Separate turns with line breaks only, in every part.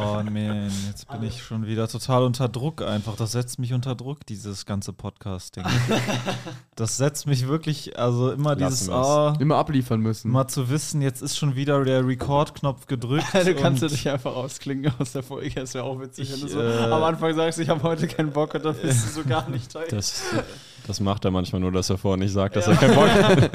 Oh man, jetzt bin ich schon wieder total unter Druck einfach. Das setzt mich unter Druck, dieses ganze Podcasting. Das setzt mich wirklich, also immer dieses, ah,
Immer abliefern müssen.
mal zu wissen, jetzt ist schon wieder der Record-Knopf gedrückt.
Du kannst du
und-
dich einfach ausklingen aus der Folge. Das wäre auch witzig, wenn du
Ich,
so
äh,
am Anfang sagst, ich habe heute keinen Bock und dann bist du so gar nicht teil.
Das, das macht er manchmal nur, dass er vorher nicht sagt, dass er keinen Bock hat.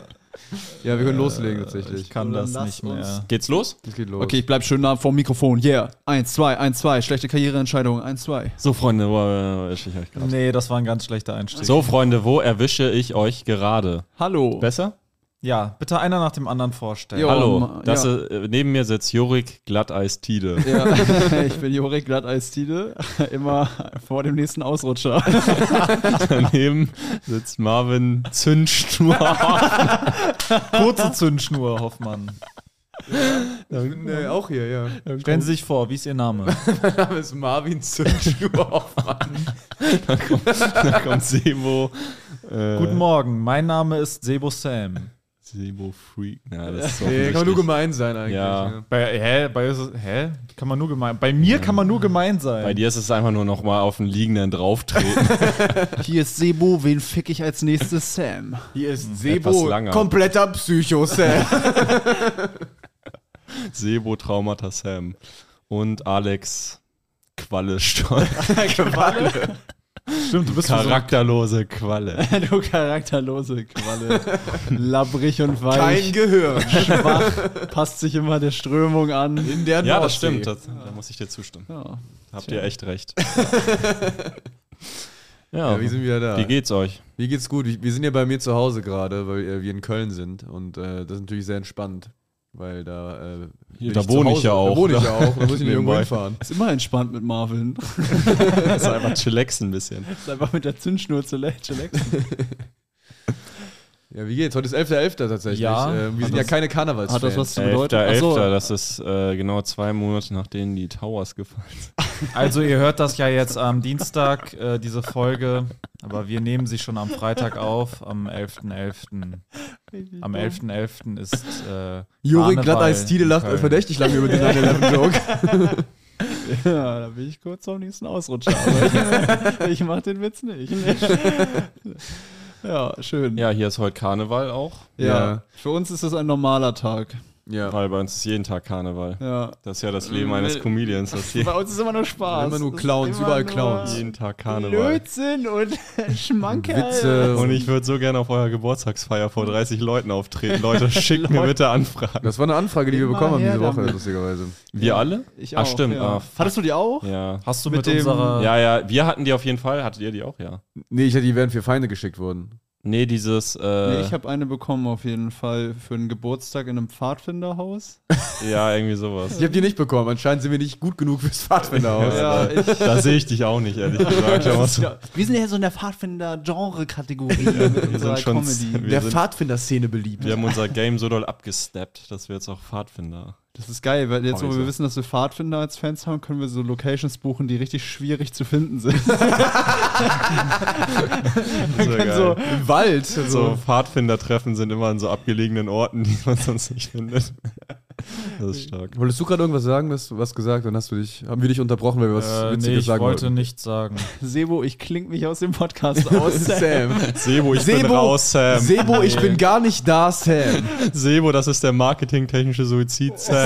Ja, wir können loslegen
ich kann
Oder
das
lass
nicht
uns-
mehr.
Geht's los?
Es geht los.
Okay, ich bleib schön nah vorm Mikrofon. Yeah. Eins, zwei, eins, zwei. Schlechte Karriereentscheidung. Eins, zwei.
So, Freunde, wo erwische ich euch gerade?
Nee, das war ein ganz schlechter Einstieg.
So, Freunde, wo erwische ich euch gerade?
Hallo.
Besser?
Ja, bitte einer nach dem anderen vorstellen.
Jo.
Hallo.
ma-
Das
Um, ja.
ist, äh, neben mir sitzt Jurik Glatteis Tide.
Ja, ich bin Jorik Glatteis-Tide, immer vor dem nächsten Ausrutscher.
Daneben sitzt Marvin Zündschnur.
Kurze Zündschnur, Hoffmann.
Ich bin äh, auch hier, ja.
Stellen Sie sich vor, wie ist Ihr Name?
Mein Name ist Marvin Zündschnur.
da kommt Sebo. Äh,
Guten Morgen, mein Name ist Sebo Sam.
Sebo Freak. Ja, das ist so
nee, kann nur
offensichtlich.
gemein sein eigentlich.
Ja.
ne?
Bei, hä? Bei, hä? Kann man nur gemein, bei mir kann man nur gemein sein.
Bei dir ist es einfach nur nochmal auf den Liegenden drauftreten.
Hier ist Sebo, wen fick ich als nächstes Sam?
Hier ist
Hm, etwas
Sebo,
langer.
kompletter Psycho, Sam.
Sebo Traumata Sam. Und Alex Qualle Stolz.
Stimmt, du bist für so-
Charakterlose Qualle.
Du charakterlose Qualle. Labbrig und
Kein
weich,
Gehirn.
schwach, passt sich immer der Strömung an.
In der
Ja, das
Nordsee.
stimmt. Das, da muss ich dir zustimmen.
Ja.
Habt ihr echt recht. ja,
Ja, wir sind wieder da.
wie geht's euch?
Mir geht's gut. Ich- Wir sind ja bei mir zu Hause gerade, weil äh, wir in Köln sind. Und äh, das ist natürlich sehr entspannt, weil da. Äh, bin
da wohne ich
zu Hause.
ja auch.
Da wohne ich ja auch. Da muss ich nicht irgendwo
Nebenbei.
hinfahren.
Ist immer entspannt mit Marvin.
Das ist einfach chillax ein bisschen.
Ist einfach mit der Zündschnur zu lä- zu lecken.
Ja, wie geht's? Heute ist 11.11. tatsächlich.
Ja.
Äh, wir
Hat
sind ja
das-
keine Karnevals.
Hat das was zu bedeuten?
11.11.,
Ach so.
das ist äh, genau zwei Monate, nachdem die Towers gefallen sind.
Also ihr hört das ja jetzt am Dienstag, äh, diese Folge. Aber wir nehmen sie schon am Freitag auf, am 11.11. Am 11.11. ist äh,
Jurik
Karneval
Glatteis Tide
in
lacht
Köln.
verdächtig lange über den 9-11-Joke.
Ja, da bin ich kurz am nächsten Ausrutscher. Aber ich, ich mach den Witz nicht. Ja, schön.
Ja, hier ist heute Karneval auch,
Ja.
Für uns ist das ein normaler Tag.
Ja.
weil bei uns ist jeden Tag Karneval.
Ja.
Das ist ja das Leben eines Comedians, dass
Bei
je,
uns ist immer nur Spaß.
Immer nur
Es ist
Clowns, überall
nur
Clowns.
jeden Tag Karneval.
Blödsinn und Schmankerl.
Witze.
Und ich würde so gerne auf eurer Geburtstagsfeier vor 30 Leuten auftreten. Leute, schickt mir bitte Anfragen.
Das war eine Anfrage, die wir
Immer
bekommen haben
her
diese Woche,
damit.
lustigerweise.
Wir alle?
Ich
Ah,
auch.
stimmt.
Ja.
Ah, fuck.
Hattest du die auch?
Ja.
Hast du
Mit
mit,
dem-
unserer...
Ja, ja, wir hatten die auf jeden Fall. Hattet ihr die auch, ja?
Nee, ich hätte, die wären für Feinde geschickt worden.
Nee, dieses. Äh,
Nee, ich habe eine bekommen auf jeden Fall für einen Geburtstag in einem Pfadfinderhaus.
ja, irgendwie sowas.
Ich habe die nicht bekommen. Anscheinend sind wir nicht gut genug fürs Pfadfinderhaus.
Ja, ich,
Da sehe ich dich auch nicht, ehrlich gesagt. Aber so,
wir sind ja so in der Pfadfinder-Genre-Kategorie
wir sind schon. Wir, sind,
Pfadfinderszene beliebt.
wir haben unser Game so doll abgesteppt, dass wir jetzt auch Pfadfinder.
Das ist geil, weil jetzt, wo wir
Häuser.
wissen, dass wir Pfadfinder als Fans haben, können wir so Locations buchen, die richtig schwierig zu finden sind.
Das wär geil.
so-
Im Wald.
so Pfadfindertreffen sind immer an so abgelegenen Orten, die man sonst nicht findet. Das ist stark.
Wolltest du gerade irgendwas sagen? Hast du was gesagt? Dann hast du dich, haben wir dich unterbrochen, weil wir was
äh, nee,
Witziges
ich
sagen
wollte
wollten.
nichts sagen.
Sebo, ich kling mich aus dem Podcast aus.
Sam.
Sebo, ich bin
Sebo-
raus, Sam.
Sebo, ich bin gar nicht da, Sam.
Sebo, das ist der marketingtechnische Suizid, Sam.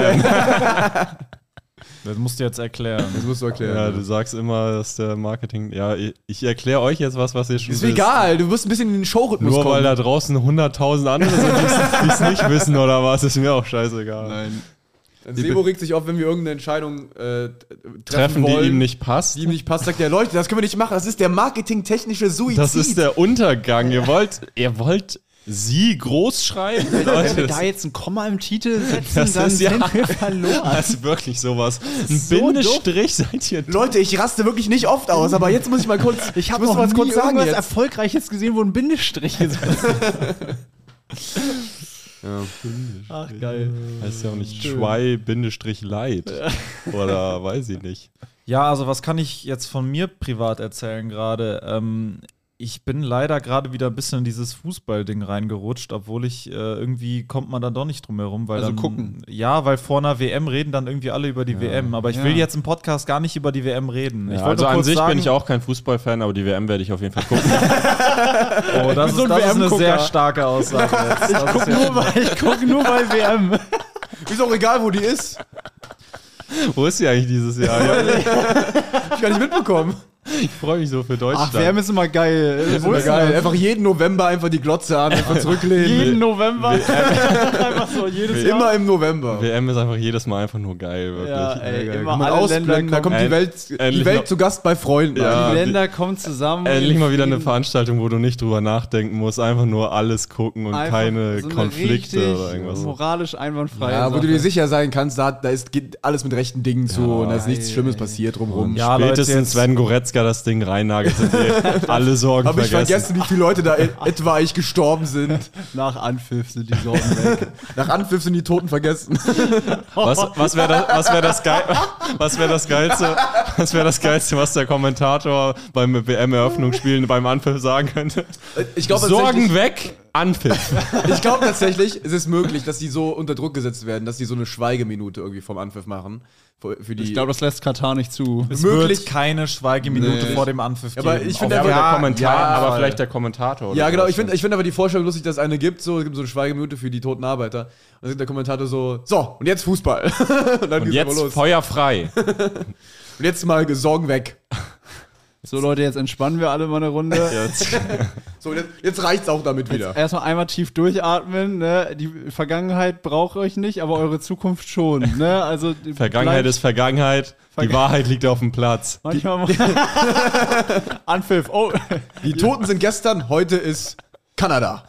Das musst du jetzt erklären.
Das musst du erklären.
Ja,
das
du sagst immer, dass der Marketing. Ja, ich, ich erkläre euch jetzt was, was ihr schon
ist mir
wisst.
egal, du musst ein bisschen in den Showrhythmus
Nur
kommen.
weil da draußen 100.000 andere sind, die es nicht wissen oder was, ist mir auch scheißegal.
Nein.
Sebo regt sich auf, wenn wir irgendeine Entscheidung äh, treffen,
Treffen,
wollen,
die ihm nicht passt.
die ihm nicht passt, sagt er, Leute, das können wir nicht machen. Das ist der marketingtechnische Suizid.
Das ist der Untergang. Ihr wollt, ihr wollt sie groß schreiben,
Wenn
Leute.
wir
Das,
da jetzt ein Komma im Titel setzen,
Also Das
dann
ist ja-
sind wir verloren.
das ist wirklich sowas. Ein
so
Bindestrich seid ihr.
Leute, ich raste wirklich nicht oft aus, aber jetzt muss ich mal kurz,
Ich habe
muss
noch
mal
nie irgendwas Erfolgreiches gesehen, wo ein Bindestrich ist. Ach, geil.
Heißt ja auch nicht Schwei-Leid. Oder weiß ich nicht.
Ja, also was kann ich jetzt von mir privat erzählen gerade? Ähm, ich bin leider gerade wieder ein bisschen in dieses Fußballding reingerutscht, obwohl ich äh, irgendwie kommt man da doch nicht drum herum, weil
Also
dann,
gucken.
Ja, weil vor einer WM reden dann irgendwie alle über die WM, aber ich
Ja.
will jetzt im Podcast gar nicht über die WM reden. ich
Ja,
wollte
also
nur
an
kurz
sich
sagen,
bin ich auch kein Fußballfan, aber die WM werde ich auf jeden Fall gucken.
Oh, das
so
ist,
ein
das ist eine
WM-Gucker.
sehr starke Aussage. Jetzt. Das ist ja-
Ich gucke nur bei WM.
Ist auch egal, wo die ist.
Wo ist sie eigentlich dieses Jahr? Ja,
Hab ich gar nicht mitbekommen.
Ich freue mich so für Deutschland.
Ach, WM ist immer geil.
Ist geil. Einfach jeden November einfach die Glotze an, einfach zurücklehnen.
Jeden November. Einfach so, jedes Jahr.
Immer im November.
WM ist einfach jedes Mal einfach nur geil, wirklich.
Ja,
Geil,
ey,
geil.
immer
Kann man
alle Länder
ausblenden, da kommt die
End-
Welt, die
endlich noch-
Welt zu Gast bei Freunden.
Ja.
Die Länder kommen zusammen.
Endlich mal wieder
Mhm.
eine Veranstaltung, wo du nicht drüber nachdenken musst, einfach nur alles gucken und
Einfach
keine
so eine
Konflikte
richtig
oder irgendwas.
Moralisch einwandfrei.
Ja, wo du dir sicher sein kannst, da, da ist, geht alles mit rechten Dingen zu und da ist nichts Schlimmes passiert drumherum.
Ja, Leute,
Spätestens
jetzt-
wenn Goretzka das Ding reinnagelt, sind die alle Sorgen
Habe ich
vergessen.
vergessen, wie viele Leute da e- etwaig gestorben sind.
Nach Anpfiff sind die Sorgen weg.
Nach Anpfiff sind die Toten vergessen.
Was, was wäre das, was wär das, Geil, was wär das Geilste, was wäre das Geilste, was der Kommentator beim WM-Eröffnungsspielen beim Anpfiff sagen könnte?
Ich glaube
Sorgen weg, Anpfiff.
tatsächlich, ich glaub tatsächlich, es ist möglich, dass die so unter Druck gesetzt werden, dass die so eine Schweigeminute irgendwie vom Anpfiff machen. Für, für die
Ich glaube, das lässt Katar nicht zu.
Es
möglich-
wird keine Schweigeminute
Nee.
vor dem Anpfiff geben.
Aber ich finde
Auf-
einfach-
Ja,
der
Kommentar,
ja,
aber
voll.
vielleicht der Kommentator. oder
Ja, genau.
sowas.
Ich finde ich find aber die Vorstellung lustig, dass es eine gibt, so, es gibt so eine Schweigeminute für die toten Arbeiter. Und dann sagt der Kommentator so, so, und jetzt Fußball. und dann
Und
geht's
jetzt
aber los.
Feuer frei.
Und jetzt mal Sorgen weg.
So, Leute, jetzt entspannen wir alle mal eine Runde.
Jetzt.
So, jetzt, jetzt reicht's auch damit wieder.
Erstmal einmal tief durchatmen. Ne? Die Vergangenheit braucht euch nicht, aber eure Zukunft schon. Ne? Also die-
Vergangenheit
bleibt-
ist Vergangenheit. Die
Verga-
Wahrheit liegt auf dem Platz.
manchmal muss Anpfiff. Oh,
Die Toten sind gestern, heute ist Kanada.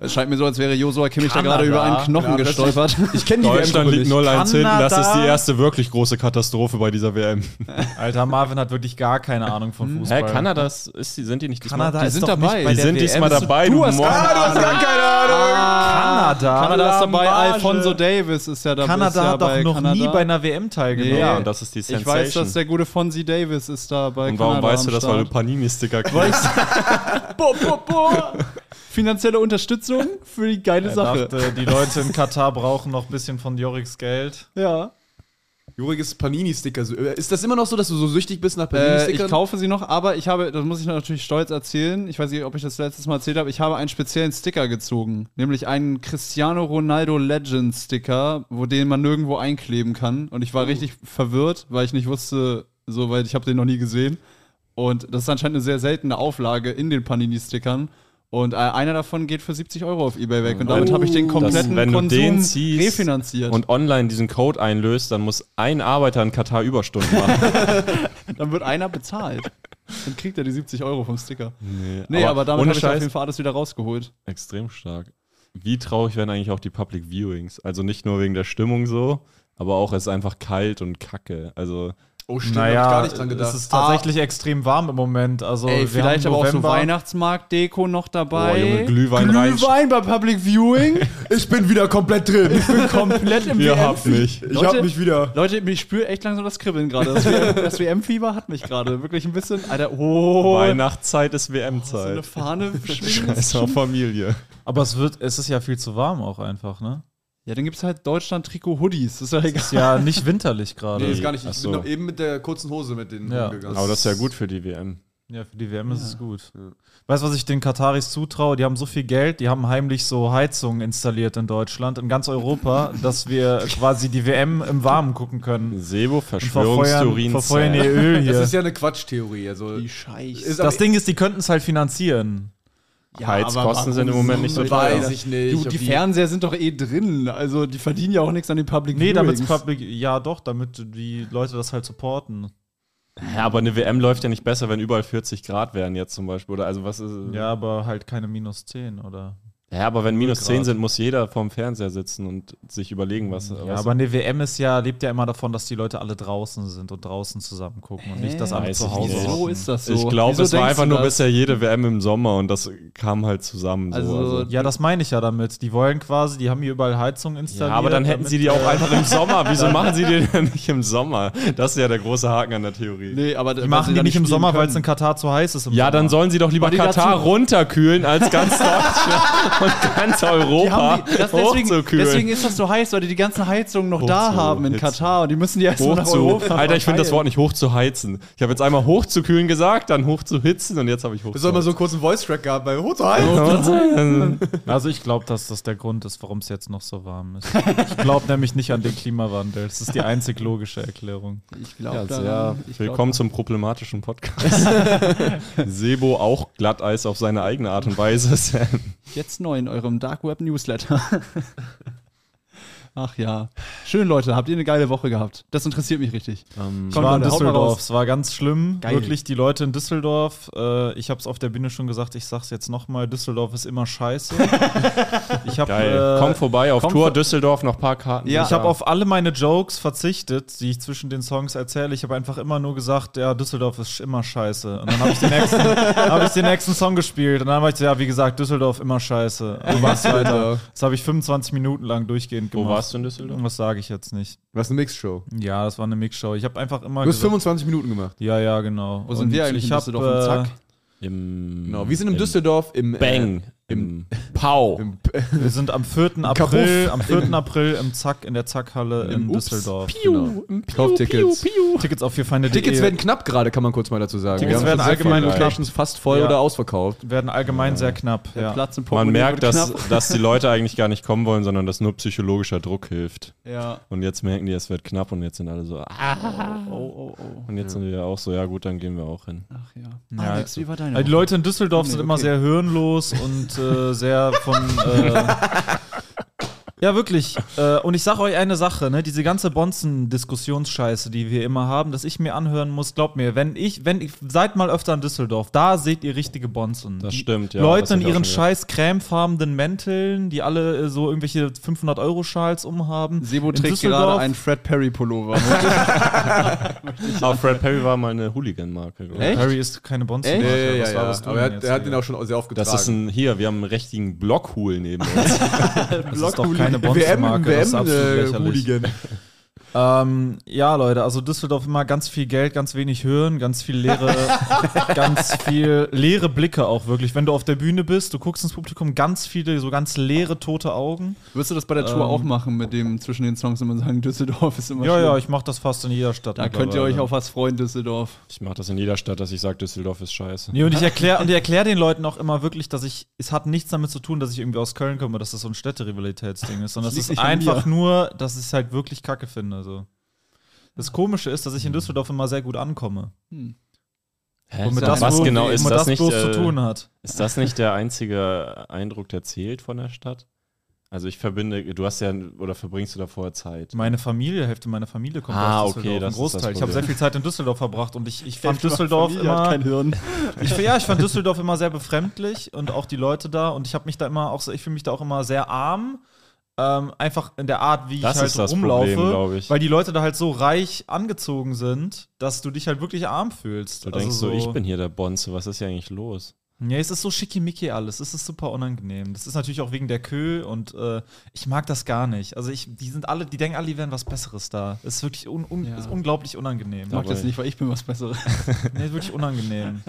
es scheint mir so, als wäre Josua Kimmich da
Kanada.
gerade über einen Knochen
Ja, das-
gestolpert.
Ich kenne die
Deutschland
WM-Gruppe
liegt 0-1 hinten.
Kanada.
Das ist die erste wirklich große Katastrophe bei dieser WM.
Alter, Marvin hat wirklich gar keine Ahnung
Hm?
von Fußball.
ist, sind die nicht
Kanada
Die
ist
sind
doch
dabei.
Nicht bei
Die
der
sind
WM.
diesmal
Bist du
dabei.
du hast
Moron.
keine
Ah, du hast gar keine Ahnung.
Kanada.
Kanada ist dabei,
Blamage.
Alfonso Davis ist ja dabei. ist
Kanada
ja
hat doch
bei
noch
Kanada.
nie bei einer WM teilgenommen.
Ja, und das ist die
Ich
Sensation.
weiß, dass der gute Fonzie Davis ist da bei
und warum
Kanada
weißt
am
du das? Weil
Start.
du Panini-Sticker kriegst.
Bo, bo, bo. Finanzielle Unterstützung für die geile
Er
Sache.
dachte, die Leute in Katar brauchen noch ein bisschen von Joriks Geld.
Ja.
Juriges Panini-Sticker. so- äh, Ist das immer noch so, dass du so süchtig bist nach
Äh, ich
Panini-Stickern?
kaufe sie noch, aber ich habe, das muss ich natürlich stolz erzählen. Ich weiß nicht, ob ich das letztes Mal erzählt habe. Ich habe einen speziellen Sticker gezogen, nämlich einen Cristiano Ronaldo Legend Sticker, wo den man nirgendwo einkleben kann. Und ich
Oh.
war richtig verwirrt, weil ich nicht wusste, so, weil ich habe den noch nie gesehen. Und das ist anscheinend eine sehr seltene Auflage in den Panini-Stickern. Und äh, einer davon geht für 70 Euro auf Ebay weg. Und damit habe ich den kompletten
Oh. wenn du
Konsum
den ziehst
refinanziert.
und online diesen Code einlöst, dann muss ein Arbeiter in Katar Überstunden machen.
Dann wird einer bezahlt. Dann kriegt er die 70 Euro vom Sticker. Nee,
aber
aber, damit
ohne
habe ich auf
Scheiß.
jeden Fall alles wieder rausgeholt.
Extrem stark. Wie traurig werden eigentlich auch die Public Viewings? Also nicht nur wegen der Stimmung so, aber auch es ist einfach kalt und kacke. Also
oh, stimmt, hab ich gar nicht dran
es
gedacht.
ist tatsächlich extrem warm im Moment. Also
Ah. Ey,
wir
vielleicht
haben
aber auch so
November.
Weihnachtsmarkt-Deko noch dabei.
Boah, Junge, Glühwein rein-
Glühwein bei Public Viewing.
Ah, ich bin wieder komplett drin.
Ich bin komplett im
ihr
WM.
habt mich.
Ich hab mich wieder.
Leute, ich spüre echt langsam das Kribbeln gerade. Das, WM das WM-Fieber hat mich gerade wirklich ein bisschen. Alter, oh.
Weihnachtszeit ist Also
So eine
WM-Zeit.
Fahne schwingen. ist
Scheiß auf Familie.
Aber es wird, es ist ja viel zu warm auch einfach, ne?
Ja, dann gibt es halt Deutschland-Trikot-Hoodies. Ist ja egal.
Ist ja nicht winterlich gerade.
Nee, ist gar nicht. Ich
Ach so.
bin noch eben mit der kurzen Hose mit denen
Ja.
rumgegangen.
Aber das ist ja gut für die WM.
Ja, für die WM ist es gut. Weißt du, was ich den Kataris zutraue? Die haben so viel Geld, die haben heimlich so Heizungen installiert in Deutschland, in ganz Europa, dass wir quasi die WM im Warmen gucken können.
Sebo,
Und verfeuern,
Verschwörungstheorien.
verfeuern ihr
zählen.
Öl hier.
Das
Das,
ist ja eine Quatschtheorie. Also,
Die Scheiße.
ist aber-
Ding ist, die könnten es halt finanzieren.
Heizkosten sind im Moment nicht so teuer.
Weiß ich nicht.
Du,
ob
die Fernseher sind doch eh drin. Also die verdienen ja auch nichts an den Public
Nee, damit
Viewings.
Public, ja doch, damit die Leute das halt supporten.
Ja, aber eine WM läuft ja nicht besser, wenn überall 40 Grad wären jetzt zum Beispiel. Oder also was ist.
Ja, aber halt keine minus 10 oder.
Ja, aber wenn minus 10 sind, muss jeder vorm Fernseher sitzen und sich überlegen, was.
Ja,
was
aber eine WM ist ja, lebt ja immer davon, dass die Leute alle draußen sind und draußen zusammen gucken und nicht, dass alle
Weiß
zu
ich
Hause
nicht.
hocken.
Wieso ist das so?
ich glaube,
Wieso
es war
denkst
einfach
du
nur
das?
bisher jede WM im Sommer und das kam halt zusammen. So.
Also,
Ja, das meine ich ja damit. Die wollen quasi, die haben hier überall Heizung
Ja,
installiert.
aber dann hätten
damit-
sie die auch einfach im Sommer. Wieso machen sie die denn nicht im Sommer? Das ist ja der große Haken an der Theorie.
Nee, aber
Die machen die nicht im Sommer, weil es in Katar zu heiß ist. Im
Ja, dann
Sommer.
sollen sie doch lieber
Aber die
Katar
dazu-
runterkühlen, als ganz Deutschland und ganz Europa
haben die, das deswegen,
hochzukühlen.
deswegen ist das so heiß, weil die die ganzen Heizungen noch da
Hochzu-
haben in
Hitze.
Katar und die müssen die erst mal
hoch
nach
zu,
Europa.
Alter, ich finde das
verteilen.
Wort nicht hoch zu heizen. Ich habe jetzt einmal hoch zu kühlen gesagt, dann hoch zu hitzen und jetzt habe ich hoch
Das
zu
soll mal so einen kurzen Voice-Track gehabt bei Hotel.
heizen.
Also ich glaube, dass das der Grund ist, warum es jetzt noch so warm ist. Ich glaube nämlich nicht an den Klimawandel. Das ist die einzig logische Erklärung.
Ich glaube,
Ja,
da-
ja.
ich glaub,
Willkommen zum problematischen Podcast. Sebo auch Glatteis auf seine eigene Art und Weise. Sam.
Jetzt neu in eurem Dark Web Newsletter. Ach ja. Schön, Leute. Habt ihr eine geile Woche gehabt? Das interessiert mich richtig.
Ähm,
Ich
Komm,
war in
Leute, haut mal
Düsseldorf,
raus.
es war ganz schlimm.
Geil.
Wirklich die Leute in Düsseldorf. Äh, ich habe es auf der Bühne schon gesagt, ich sag's jetzt nochmal, Düsseldorf ist immer scheiße. ich habe
Geil.
äh,
Komm vorbei auf
komm
Tour
vor-
Düsseldorf, noch ein paar Karten.
Ja.
ich hab auf alle meine Jokes verzichtet, die ich zwischen den Songs erzähle. Ich habe einfach immer nur gesagt, ja, Düsseldorf ist sch- immer scheiße. Und dann habe ich, den nächsten- hab ich den nächsten Song gespielt. Und dann habe ich, ja, wie gesagt, Düsseldorf immer scheiße. Und was weiter. Das habe ich 25 Minuten lang durchgehend
Wo
gemacht.
warst du in Düsseldorf?
Irgendwas sage ich jetzt nicht.
Was eine Mixshow.
Ja, das war eine Mixshow. Ich habe einfach immer
Du hast 25 Minuten gemacht.
ja, ja, genau.
Wo sind
Und
wir eigentlich
Ich
in
hab,
Düsseldorf? Im
äh,
Zack?
Im,
Genau. Wir sind im Düsseldorf im äh,
Bang. Im Pow.
Im,
äh, Wir sind am 4.
Kabuff.
April, am 4. April im Zack, in der Zackhalle in
Ups.
Düsseldorf.
genau. Kauft Tickets.
Tickets auf vierfeinde.de.
Tickets werden knapp gerade, kann man kurz mal dazu sagen.
Tickets
Wir
werden
haben schon sehr viele
allgemein knapp.
Locations fast voll
Ja.
oder ausverkauft.
werden allgemein sehr knapp. Ja.
Platz im Portemonnaie
Man merkt,
wird
dass,
Oh knapp.
dass die Leute eigentlich gar nicht kommen wollen, sondern dass nur psychologischer Druck hilft.
Ja.
Und jetzt merken die, es wird knapp und jetzt sind alle so, ah.
Oh, oh, oh.
Und jetzt sind wir auch so, ja gut, dann gehen wir auch hin.
Ach ja.
Ja,
Alex, wie war deine
Also die
Woche?
Leute in Düsseldorf sind
Nee,
immer
okay.
sehr hirnlos und äh, sehr von. Äh, ja, wirklich. Äh, und ich sage euch eine Sache, ne? diese ganze Bonzen-Diskussionsscheiße, die wir immer haben, dass ich mir anhören muss, glaubt mir, wenn ich, wenn ich, seid mal öfter in Düsseldorf, da seht ihr richtige Bonzen.
Das
Die
stimmt, ja. das
Leute
hab
in
ich auch
ihren
schon
scheiß cremefarbenen Mänteln, die alle äh, so irgendwelche 500-Euro-Schals umhaben.
Sebo
In
trägt
Düsseldorf-
gerade einen Fred Perry Pullover.
gehört. Aber Fred Perry war mal eine Hooligan-Marke. oder?
Echt?
Harry ist keine Bonzen.
Echt?
Marke,
Nee,
was
ja, ja.
laberst du
Aber er
denn
hat,
jetzt
er hat
hier?
den auch schon sehr oft getragen.
Das ist ein, hier, wir haben einen richtigen Blockhool neben uns.
das ist doch keine
WM,
Bonzenmarke, das ist absolut
äh,
lächerlich.
Hooligan.
Ähm, ja, Leute, also Düsseldorf immer ganz viel Geld, ganz wenig Hören, ganz viel leere, ganz viel leere Blicke auch wirklich. Wenn du auf der Bühne bist, du guckst ins Publikum, ganz viele, so ganz leere, tote Augen.
Würdest du das bei der Tour
Ähm.
auch machen, mit dem zwischen den Songs immer sagen, Düsseldorf ist immer
Ja,
schön.
ja, ich mach das fast in jeder Stadt.
Da könnt ihr euch
mittlerweile.
auf was freuen, Düsseldorf.
Ich mache das in jeder Stadt, dass ich sage, Düsseldorf ist scheiße.
Nee, und ich erkläre und ich erklär den Leuten auch immer wirklich, dass ich, es hat nichts damit zu tun, dass ich irgendwie aus Köln komme, dass das so ein Städterivalitätsding ist, sondern
Das
es ist
liegt nicht an
einfach nur, dass ich es halt wirklich kacke finde. So. Das Komische ist, dass ich in Düsseldorf immer sehr gut ankomme.
Hm.
Hä?
Womit
Was
bloß-
genau ist
womit
das, nicht?
bloß
äh,
zu tun hat.
Ist das nicht der einzige Eindruck, der zählt von der Stadt? Also ich verbinde, du hast ja, oder verbringst du da vorher Zeit?
Meine Familie, Hälfte meiner Familie kommt
Ah,
aus
okay,
Düsseldorf.
das
ein
ist
Großteil.
das
ich habe sehr
Problem.
viel Zeit in Düsseldorf verbracht und ich, ich fand Düsseldorf
Familie hat
immer.
kein Hirn.
Ich, ja, ich fand Düsseldorf immer sehr befremdlich und auch die Leute da. Und ich habe mich da immer auch, so- ich fühle mich da auch immer sehr arm. Ähm, einfach in der Art, wie
Das
ich halt
ist das
rumlaufe,
Problem, glaube ich.
weil die Leute da halt so reich angezogen sind, dass du dich halt wirklich arm fühlst. Also
Du denkst so, ich bin hier der Bonze, was ist hier eigentlich los?
Ja, es ist so schickimicki alles. Es ist super unangenehm. Das ist natürlich auch wegen der Kö und äh, ich mag das gar nicht. Also ich, die sind alle, die denken alle, die wären was Besseres da. Es ist wirklich un, un,
Ja.
ist unglaublich unangenehm.
Ich mag das
Jawohl.
nicht, weil ich bin was Besseres.
Nee, ist wirklich unangenehm.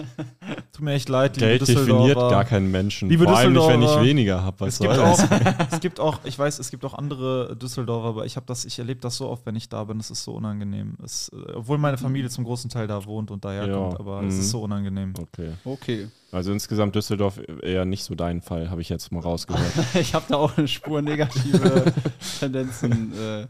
Tut mir echt leid,
Geld definiert gar keinen Menschen.
Liebe
Vor allem nicht, wenn ich
Düsseldorfer.
weniger habe. Was
es gibt,
soll
auch,
das?
es gibt auch, ich weiß, es gibt auch andere Düsseldorfer, aber ich habe das, ich erlebe das so oft, wenn ich da bin, es ist so unangenehm. Es, äh, obwohl meine Familie zum großen Teil da wohnt und daher
Ja,
kommt, aber es
mhm.
ist so unangenehm.
Okay.
Okay.
Also insgesamt Düsseldorf eher nicht so dein Fall, habe ich jetzt mal rausgehört.
Ich habe da auch eine Spur negative Tendenzen äh,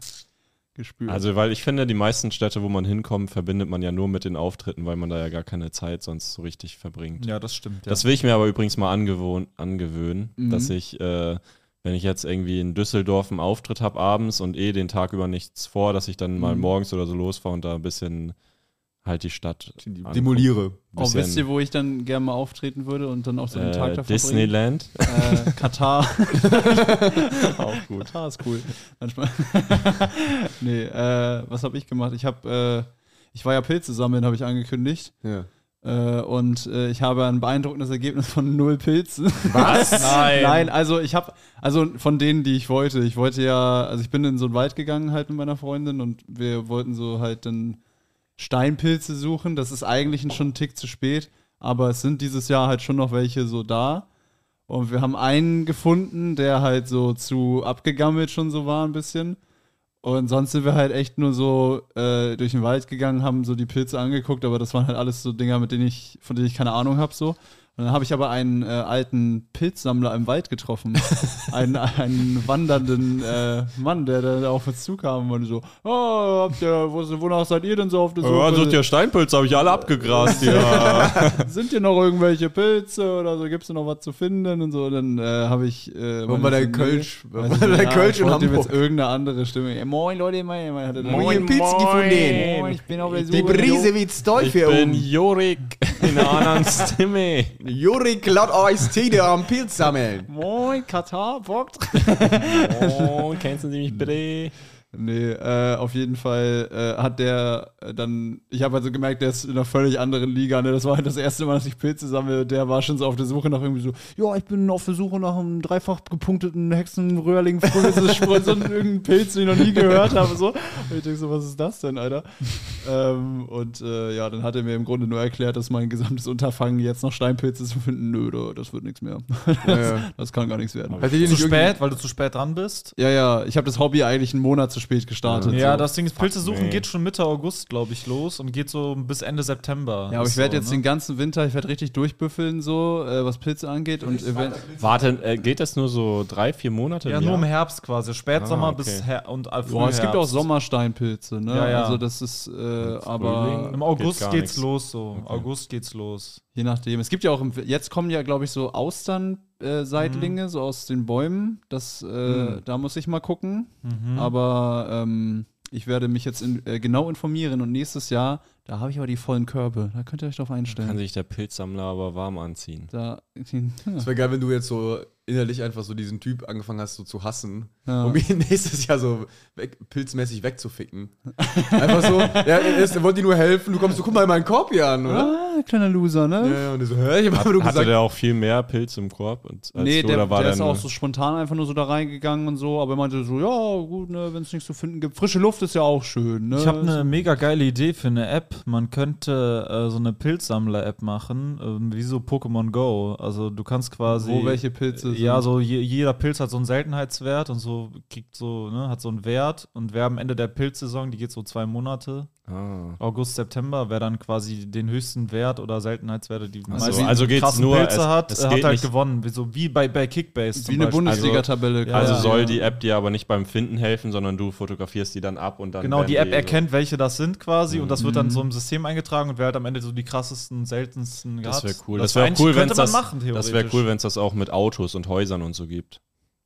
gespürt.
Also, weil ich finde, die meisten Städte, wo man hinkommt, verbindet man ja nur mit den Auftritten, weil man da ja gar keine Zeit sonst so richtig verbringt.
Ja, das stimmt. Ja.
Das will ich mir aber übrigens mal angewohn, angewöhnen,
Mhm.
dass ich, äh, wenn ich jetzt irgendwie in Düsseldorf einen Auftritt habe abends und eh den Tag über nichts vor, dass ich dann mal
Mhm.
morgens oder so losfahre und da ein bisschen halt die Stadt anguck.
Demoliere.
auch
bisschen-
Oh, wisst ihr, wo ich dann gerne mal auftreten würde und dann auch so den Tag
Äh,
davor
Disneyland.
Bringen? Äh, Katar.
Auch gut.
Katar ist cool. Nein, Spaß. nee, äh, was habe ich gemacht? Ich habe, äh, ich war ja Pilze sammeln, habe ich angekündigt.
Ja.
Äh, und äh, ich habe ein beeindruckendes Ergebnis von null Pilzen.
Was? Nein.
Nein, also ich habe, also von denen, die ich wollte. Ich wollte ja, also ich bin in so einen Wald gegangen halt mit meiner Freundin und wir wollten so halt dann Steinpilze suchen. Das ist eigentlich schon einen Tick zu spät, aber es sind dieses Jahr halt schon noch welche so da. Und wir haben einen gefunden, der halt so zu abgegammelt schon so war ein bisschen. Und sonst sind wir halt echt nur so äh, durch den Wald gegangen, haben so die Pilze angeguckt, aber das waren halt alles so Dinger, mit denen ich, von denen ich keine Ahnung habe so. Und dann habe ich aber einen äh, alten Pilzsammler im Wald getroffen. einen, einen wandernden äh, Mann, der dann auf uns zukam und so, oh, habt ihr, wo, wonach seid ihr denn so auf der Suche?
Ja, sucht ja Steinpilze, habe ich alle abgegrast hier.
sind hier noch irgendwelche Pilze oder so, gibt es noch was zu finden und so, Und dann äh, habe ich... Äh,
Warum war
meine
der
Familie-
Kölsch? Warum
Weiß
war
ich
der
nicht,
Kölsch
ich
in
wollte ihm
Hamburg?
Jetzt irgendeine andere Stimme. Ey, moin Leute, mein, mein, hat er dann-
Moin,
Pilz gefunden.
Moin, ich bin auf der Suche.
Die Brise wie
ich
Teufel
bin
um.
Jorik in einer anderen Stimme.
Juri klaut Eistee, der am Pilz sammeln.
Moin, Katar, bockt.
Oh, kennst du mich bitte?
Nee, äh, auf jeden Fall äh, hat der äh, dann, ich habe also gemerkt, der ist in einer völlig anderen Liga. Ne? Das war halt das erste Mal, dass ich Pilze sammle. Der war schon so auf der Suche nach irgendwie so, ja, ich bin auf der Suche nach einem dreifach gepunkteten Hexenröhrling, Sprunz und irgendeinen Pilz, den ich noch nie gehört habe. So. Und ich denke so, was ist das denn, Alter? ähm, und äh, ja, dann hat er mir im Grunde nur erklärt, dass mein gesamtes Unterfangen jetzt noch Steinpilze zu finden, nö, da- das wird nichts mehr. das,
Ja.
das kann gar nichts werden.
Hat ihr
Zu
nicht irgendwie-
spät, weil du zu spät dran bist?
Ja, ja, ich habe das Hobby eigentlich einen Monat zu spät gestartet.
Ja,
so.
das Ding ist, Pilze suchen
nee.
geht schon Mitte August, glaube ich, los und geht so bis Ende September.
Ja, aber ich
So,
werde jetzt
ne?
den ganzen Winter, ich werde richtig durchbüffeln, so, äh, was Pilze angeht. Und event
Warte, äh, geht das nur so drei, vier Monate?
Ja,
im
nur im
Jahr?
Herbst quasi. Spätsommer
Ah, okay.
bis Her und äh,
Boah, es gibt auch
Frühherbst.
Sommersteinpilze, ne?
Ja, ja.
Also das ist, äh,
Frühling.
aber
Im August
Geht gar
geht's
nix.
los so. August geht's los.
je nachdem. Es gibt ja auch, im, jetzt kommen ja, glaube ich, so Austern-Seitlinge, äh,
Mhm.
Seitlinge, so aus den Bäumen. Das, äh, da muss ich mal gucken.
Mhm.
Aber ähm, ich werde mich jetzt in, äh, genau informieren und nächstes Jahr, da habe ich aber die vollen Körbe. Da könnt ihr euch drauf
Kann
einstellen.
sich der Pilzsammler aber warm anziehen.
Da,
Es wäre geil, wenn du jetzt so innerlich einfach so diesen Typ angefangen hast, so zu hassen,
Ja.
um ihn nächstes Jahr so weg, pilzmäßig wegzuficken. Einfach so, ja, er ist- er wollte dir nur helfen, du kommst so, guck mal meinen Korb hier an, oder?
ah, kleiner Loser, ne?
Ja, ja, und er so, hä, ich hab aber nur
Hatte
gesagt,
der auch viel mehr Pilz im Korb? Als als
Nee,
du,
der,
oder war
der ist
nur-
auch so spontan einfach nur so da reingegangen und so, aber er meinte so, ja, gut, ne, wenn es nichts zu finden gibt. Frische Luft ist ja auch schön, ne?
Ich habe eine mega geile Idee für eine App. Man könnte äh, so eine Pilzsammler-App machen, ähm, wie so Pokémon Go. Also du kannst quasi.
Wo welche Pilze sind.
Ja, so je, jeder Pilz hat so einen Seltenheitswert und so kriegt so, ne, hat so einen Wert. Und wer am Ende der Pilzsaison, die geht so zwei Monate,
Ah.
August, September, wer dann quasi den höchsten Wert oder Seltenheitswerte, die
so, also geht's
krassen
nur,
Pilze
es-
hat,
es
äh, hat
geht
halt
nicht-
gewonnen. Wie, so, wie bei, bei Kickbase
Wie eine Bundesliga-Tabelle.
Ja,
Also
ja.
soll die App dir aber nicht beim Finden helfen, sondern du fotografierst die Mhm. dann ab und dann.
Genau,
werden
die App
so-
erkennt, welche das sind quasi und das wird dann so im System eingetragen und wer hat am Ende so die krassesten, seltensten
Das wäre
gehabt.
cool. Das, wäre
eigentlich
cool, wenn
könnte
es
man
das.
machen,
das wäre
theoretisch.
cool, wenn es das auch mit Autos und Häusern und so gibt.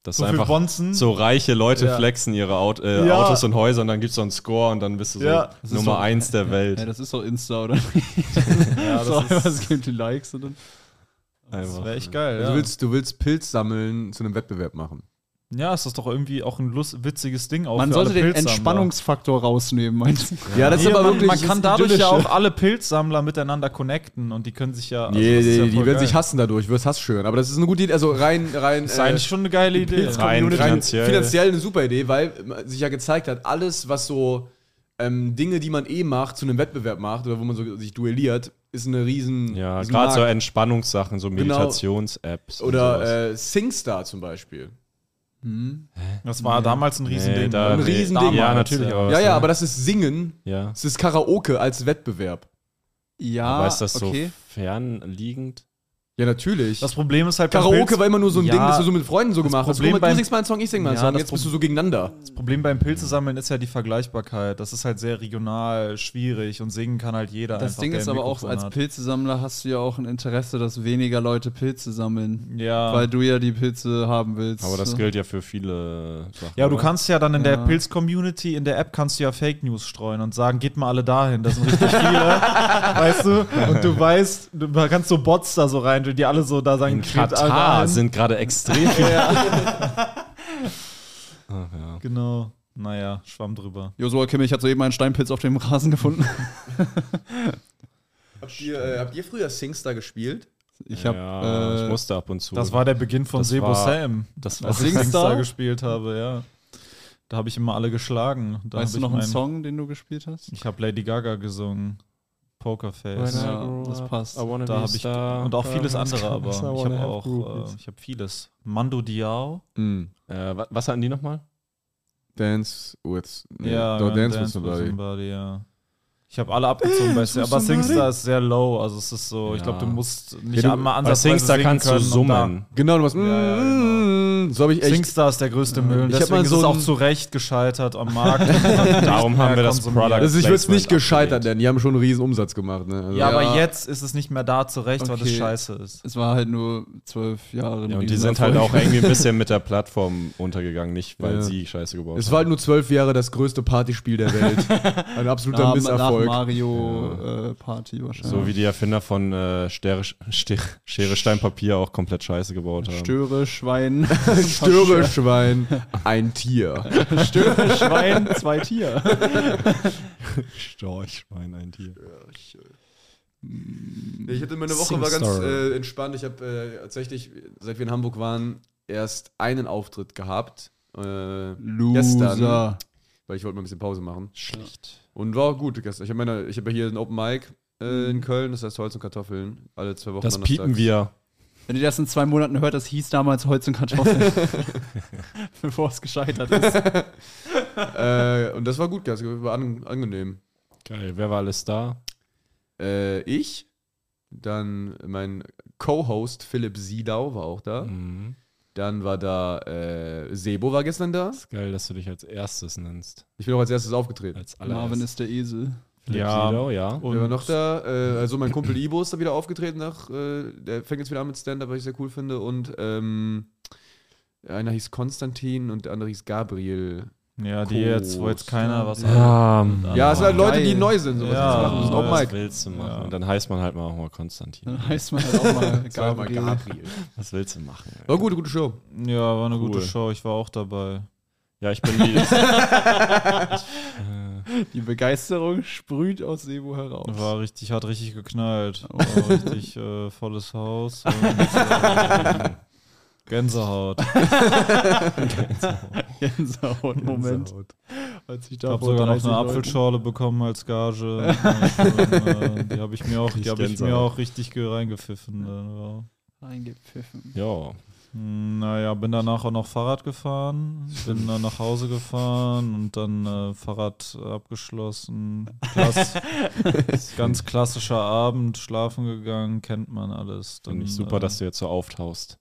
Das
So
ist
für
einfach
Bonzen.
so reiche Leute
Ja.
flexen ihre Aut äh,
Ja.
Autos und Häuser und dann gibt's so einen Score und dann bist du so
Ja. Das
ist
Nummer
doch-
eins der Welt.
Ja, das ist doch Insta, oder?
Ja,
so,
das, ist,
was gibt die Likes und dann.
das
einfach.
wäre echt geil.
du
Also
Ja.
willst, du willst Pilz sammeln zu einem Wettbewerb machen.
ja, ist das doch irgendwie auch ein lust witziges Ding. Auch
Man
für
sollte
alle
den
Pilzsammler.
Entspannungsfaktor rausnehmen, meinst du?
Ja, das
Nee, man, man kann dadurch ja auch alle Pilzsammler miteinander connecten und die können sich ja. also
Nee,
das ist ja
die, die
voll
werden sich
geil.
hassen dadurch, wirst Hass schön. Aber das ist eine gute Idee, also rein, rein.
Das ist eigentlich schon eine geile Idee.
Pilz-
Rein
Community-
finanziell.
finanziell eine super Idee, weil man sich ja gezeigt hat, alles, was so ähm, Dinge, die man eh macht, zu einem Wettbewerb macht oder wo man so sich duelliert, ist eine riesen.
Ja,
ist ein
gerade so
Markt.
Entspannungssachen, so
Genau.
Meditations-Apps. und sowas.
Oder äh, Singstar zum Beispiel.
Das war damals ein Riesending.
Nee, da,
Ein
nee,
Riesending.
damals,
Ja,
Ja,
natürlich,
natürlich.
aber
ja, ja, aber das ist Singen.
Ja.
Es ist Karaoke als Wettbewerb.
Ja,
Ah,
aber ist das so
okay.
fernliegend?
Ja, natürlich.
Das Problem ist halt beim
Karaoke
Pilz-
war immer nur so ein
Ja,
Ding, das du so mit Freunden so gemacht hast.
Problem
Guck mal,
beim-
du singst mal einen Song, ich sing mal einen
Ja,
Song.
das
Jetzt bist du so gegeneinander.
Das Problem beim Pilze sammeln ist ja die Vergleichbarkeit. Das ist halt sehr regional schwierig und singen kann halt jeder.
Das
einfach,
Ding
der
ist
ein
aber auch,
Mikrofon
als
hat.
Pilzesammler hast du ja auch ein Interesse, dass weniger Leute Pilze sammeln.
Ja.
Weil du ja die Pilze haben willst. ne?
Aber das
So.
gilt ja für viele Sachen.
Ja, du
oder?
kannst ja dann in
Ja.
der Pilz-Community, in der App kannst du ja Fake News streuen und sagen, geht mal alle dahin, das sind richtig viele. weißt du? Und du weißt, du man kannst so Bots da so rein, die alle so da sagen,
In
geht alle dahin.
Katar sind gerade extrem viele. Ach, ja.
Genau. Naja, schwamm drüber.
Josua Kimmich hat soeben einen Steinpilz auf dem Rasen gefunden.
Habt ihr, äh, habt ihr früher Singstar gespielt?
Ich hab,
ja,
äh,
ich musste ab und zu.
Das war der Beginn von
Das
Sebo
war-
Sam,
das war
als ich
Singstar?
Singstar gespielt habe, ja. Da habe ich immer alle geschlagen. Da hab
weißt du
ich
noch einen
meinen-
Song, den du gespielt hast?
Ich habe Lady Gaga gesungen. Pokerface.
Right Ja, das passt.
Da habe ich und auch vieles andere, aber ich habe auch äh, ich habe vieles. Mando Diao.
äh, wa- was hatten die nochmal?
Mm, Dance with.
genau,
Dance, with Somebody.
ja. Ich habe alle abgezogen bei Sing, aber Singstar ist sehr low, also es ist so, ich
Ja.
glaube, du musst nicht
Ja, du-
einmal
Bei
ansatzweise
Singstar
singen
kannst du
können, um da-
summen.
Genau, du machst.
ja,
So habe ich echt.
Singstar ist der größte Müll.
Ich hab
Deswegen
mal so
ist es auch
ein-
zu Recht gescheitert am Markt.
Darum haben wir das
konsumiert.
Product.
Also ich würde es nicht
Placement
gescheitert
abgelehnt.
nennen. Die haben schon einen riesen Umsatz gemacht. Ne? Also,
Ja, aber
Ja.
jetzt ist es nicht mehr da zurecht, weil das
Okay.
scheiße ist.
Es war halt nur zwölf Jahre.
Ja,
mit
und die
diesem
sind halt
Erfolg.
auch irgendwie ein bisschen mit der Plattform untergegangen, nicht weil
Ja.
sie Scheiße gebaut
Es
haben.
war halt nur zwölf Jahre das größte Partyspiel der Welt. Ein absoluter
nach, nach
Misserfolg.
Ah, Mario äh, Party wahrscheinlich.
So wie die Erfinder von äh, Stere, Ste- Schere, Stein, Papier auch komplett Scheiße gebaut haben.
Störe, Schwein.
Störeschwein, ein Tier.
Störe, Schwein, zwei Tier.
Storchschwein, ein Tier.
Ich hatte meine Woche war ganz äh, entspannt. Ich habe äh, tatsächlich, seit wir in Hamburg waren, erst einen Auftritt gehabt. Äh, gestern,
Loser.
weil ich wollte mal ein bisschen Pause machen.
Schlecht.
Und war gut gestern. Ich habe meine, ich habe hier ein Open Mic äh, in Köln, das heißt Holz und Kartoffeln, alle zwei Wochen.
Das
donnerstags.
piepen wir.
Wenn ihr das in zwei Monaten hört, das hieß damals Holz und Kartoffeln. Bevor es gescheitert ist.
Äh, und das war gut, gestern, war an, angenehm.
Geil, wer war alles da?
Äh, ich, dann mein Co-Host Philipp Siedau war auch da.
Mhm.
Dann war da äh, Sebo war gestern da.
Ist geil, dass du dich als erstes nennst.
Ich bin auch als erstes aufgetreten.
Als
Marvin
allererstes.
ist der Esel.
Philipp
Ja.
Siedau, ja.
Wer war noch da? Äh, also mein Kumpel Ibo ist da wieder aufgetreten nach, äh, der fängt jetzt wieder an mit Stand-Up, was ich sehr cool finde. Und ähm, einer hieß Konstantin und der andere hieß Gabriel.
Ja, die jetzt, wo jetzt keiner was Ähm,
Ja,
ja, es sind halt Leute, die
geil.
neu sind,
Ah,
sowas
Ja.
zu machen. Das ist
Ja.
auch
was
Mike.
willst du machen?
Ja.
Und dann heißt man halt mal auch mal Konstantin.
Dann heißt man halt auch mal
Zweimal
Gabriel.
Was willst du machen? ey?
War gute, gute Show.
Ja, war eine gute
Cool.
Show, ich war auch dabei.
Ja, ich bin die.
Die Begeisterung sprüht aus Sebo heraus.
War richtig, hat richtig geknallt.
Oh.
War richtig äh, volles Haus und äh, Gänsehaut.
Gänsehaut, Moment.
Gänsehaut.
Als ich
Ich
da
habe
vor
sogar noch
30
eine
Leuten-
Apfelschorle bekommen als Gage. äh, die habe ich mir auch, die
Kriegst
habe ich mir
Gänsehaut.
auch richtig ge- reingepfiffen. äh, dann, ja.
Reingepfiffen.
Jo.
Hm, Naja, bin danach auch noch Fahrrad gefahren, bin dann nach Hause gefahren und dann äh, Fahrrad abgeschlossen. Klass, ganz klassischer Abend, schlafen gegangen, kennt man alles. äh,
Finde ich super, dass du jetzt so auftaust.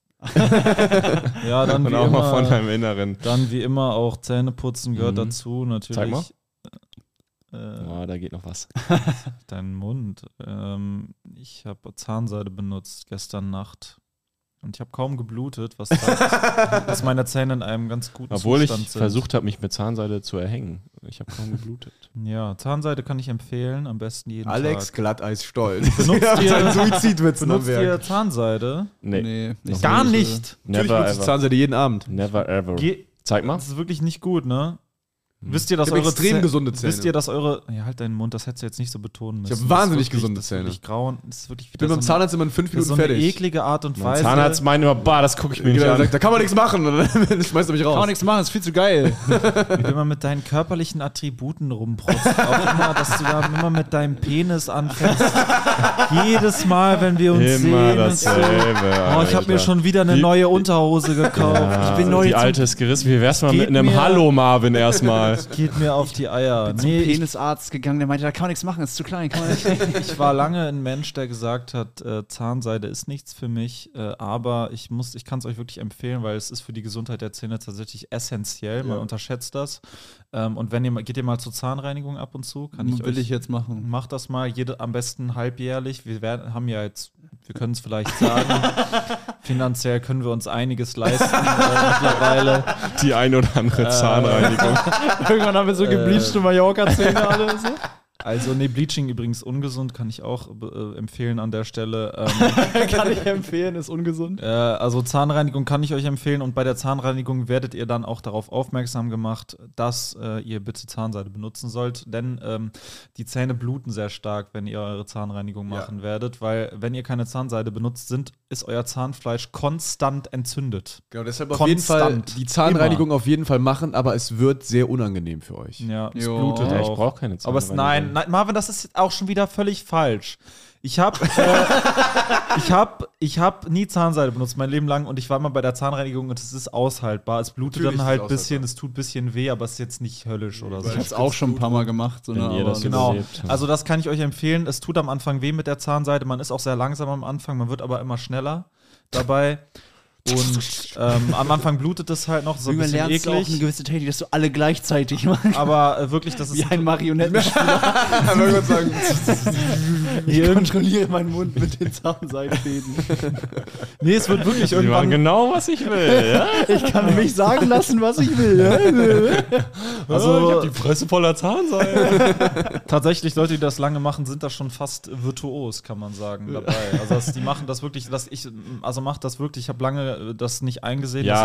Ja, dann
Und
wie
auch
immer,
mal von deinem Inneren.
Dann wie immer auch Zähneputzen gehört
Mhm.
dazu, natürlich.
Zeig mal.
Äh,
Oh, da geht noch was.
dein Mund. Ähm, ich habe Zahnseide benutzt gestern Nacht. Und ich habe kaum geblutet, was zeigt, dass meine Zähne in einem ganz guten
Obwohl ich
Zustand sind.
versucht habe, mich mit Zahnseide zu erhängen. Ich habe kaum geblutet.
Ja, Zahnseide kann ich empfehlen, am besten jeden
Alex
Tag.
Glatteis Stolz.
Benutzt
Ja,
ihr-
sein Suizidwitz am
Benutzt ihr
Werk.
Zahnseide?
Nee,
ich
Gar
benutze-
nicht.
Natürlich
never
benutzt
ever.
Zahnseide jeden Abend.
Never ever.
Ge
Zeig mal.
das ist wirklich nicht gut, ne? Wisst ihr, dass
Hm. Ich hab
eure
extrem
Zäh-
gesunde Zähne.
Wisst ihr, dass eure. Ja, halt deinen Mund, das hättest du jetzt nicht so betonen
Ich
müssen.
hab
Das ist
wahnsinnig
wirklich-
gesunde
das ist wirklich
Zähne.
grauen. Das ist wirklich
Ich bin
wieder
beim
so eine-
Zahnarzt immer in fünf
Das ist
Minuten
so eine
fertig.
eklige Art und
Mein
Weise.
Zahnarzt meint immer, bah, das gucke ich mir nicht
Genau, er
an.
sagt, da kann man nichts machen. Und dann schmeißt er mich raus.
Kann man nichts machen, ist viel zu geil.
Wenn man mit deinen körperlichen Attributen rumprotzt, auch immer, dass du da immer mit deinem Penis anfängst. Jedes Mal, wenn wir uns
Immer
sehen.
dasselbe.
Oh, ich habe
Alter.
mir schon wieder eine
Die-
neue Unterhose gekauft.
Ja,
ich bin neu
Die
zum-
alte ist gerissen. Wie wär's mal
Geht
mit einem
mir-
Hallo Marvin erstmal?
Das geht mir auf die Eier.
Zum
Nee, ich,
Penisarzt gegangen, der meinte, da kann man nichts machen, ist zu klein. Kann man nicht.
ich war lange ein Mensch, der gesagt hat, äh, Zahnseide ist nichts für mich, äh, aber ich muss, ich kann es euch wirklich empfehlen, weil es ist für die Gesundheit der Zähne tatsächlich essentiell. Man
Ja.
unterschätzt das. Ähm, und wenn ihr mal, geht ihr mal zur Zahnreinigung ab und zu, kann ich
Will
euch
ich jetzt machen.
Macht das mal, jede, am besten halbjährlich. Wir werden, haben ja jetzt, wir können es vielleicht sagen, finanziell können wir uns einiges leisten äh, mittlerweile.
Die ein oder
Äh,
andere Zahnreinigung.
Irgendwann haben wir so gebleachte Mallorca-Zähne alle. So.
Also, nee, Bleaching übrigens ungesund, kann ich auch äh, empfehlen an der Stelle. Ähm,
Kann ich empfehlen, ist ungesund.
Äh, also Zahnreinigung kann ich euch empfehlen und bei der Zahnreinigung werdet ihr dann auch darauf aufmerksam gemacht, dass äh, ihr bitte Zahnseide benutzen sollt, denn ähm, die Zähne bluten sehr stark, wenn ihr eure Zahnreinigung machen werdet, weil wenn ihr keine Zahnseide benutzt, sind ist euer Zahnfleisch konstant entzündet.
Genau, deshalb auf jeden
Konstant.
Fall die Zahnreinigung auf jeden Fall machen, aber es wird sehr unangenehm für euch.
Ja, es
Jo.
blutet
Ja, ich
auch.
brauch keine
Aber es, nein,
Zahnreinigung.
nein, Marvin, das ist auch schon wieder völlig falsch. Ich habe äh, ich hab, ich hab nie Zahnseide benutzt mein Leben lang und ich war mal bei der Zahnreinigung und es ist aushaltbar. Es blutet
Natürlich
dann
ist
halt
es
ein bisschen, es tut ein bisschen weh, aber es ist jetzt nicht höllisch oder so.
Ich hab's auch schon ein paar Mal gemacht. So
Wenn
ne,
ihr
aber-
das
Genau,
überlebt.
also das kann ich euch empfehlen. Es tut am Anfang weh mit der Zahnseide. Man ist auch sehr langsam am Anfang, man wird aber immer schneller dabei. Und ähm, am Anfang blutet es halt noch so ein bisschen
Irgendwann lernst du auch eine
eklig.
gewisse Technik, dass du alle gleichzeitig machst.
Aber äh, wirklich, das ist
Wie ein Marionettenspiel.
Ich kontrolliere meinen Mund mit den Zahnseitenfäden.
Nee, es wird wirklich
Die machen
irgendwann.
genau, was ich will. Ja?
Ich kann mich sagen lassen, was ich will.
Also,
ich hab die Fresse voller Zahnseide.
Tatsächlich, Leute, die das lange machen, sind da schon fast virtuos, kann man sagen, dabei. Also das, die machen das wirklich, dass ich, also macht das wirklich, ich habe lange äh, das nicht eingesehen,
Ja.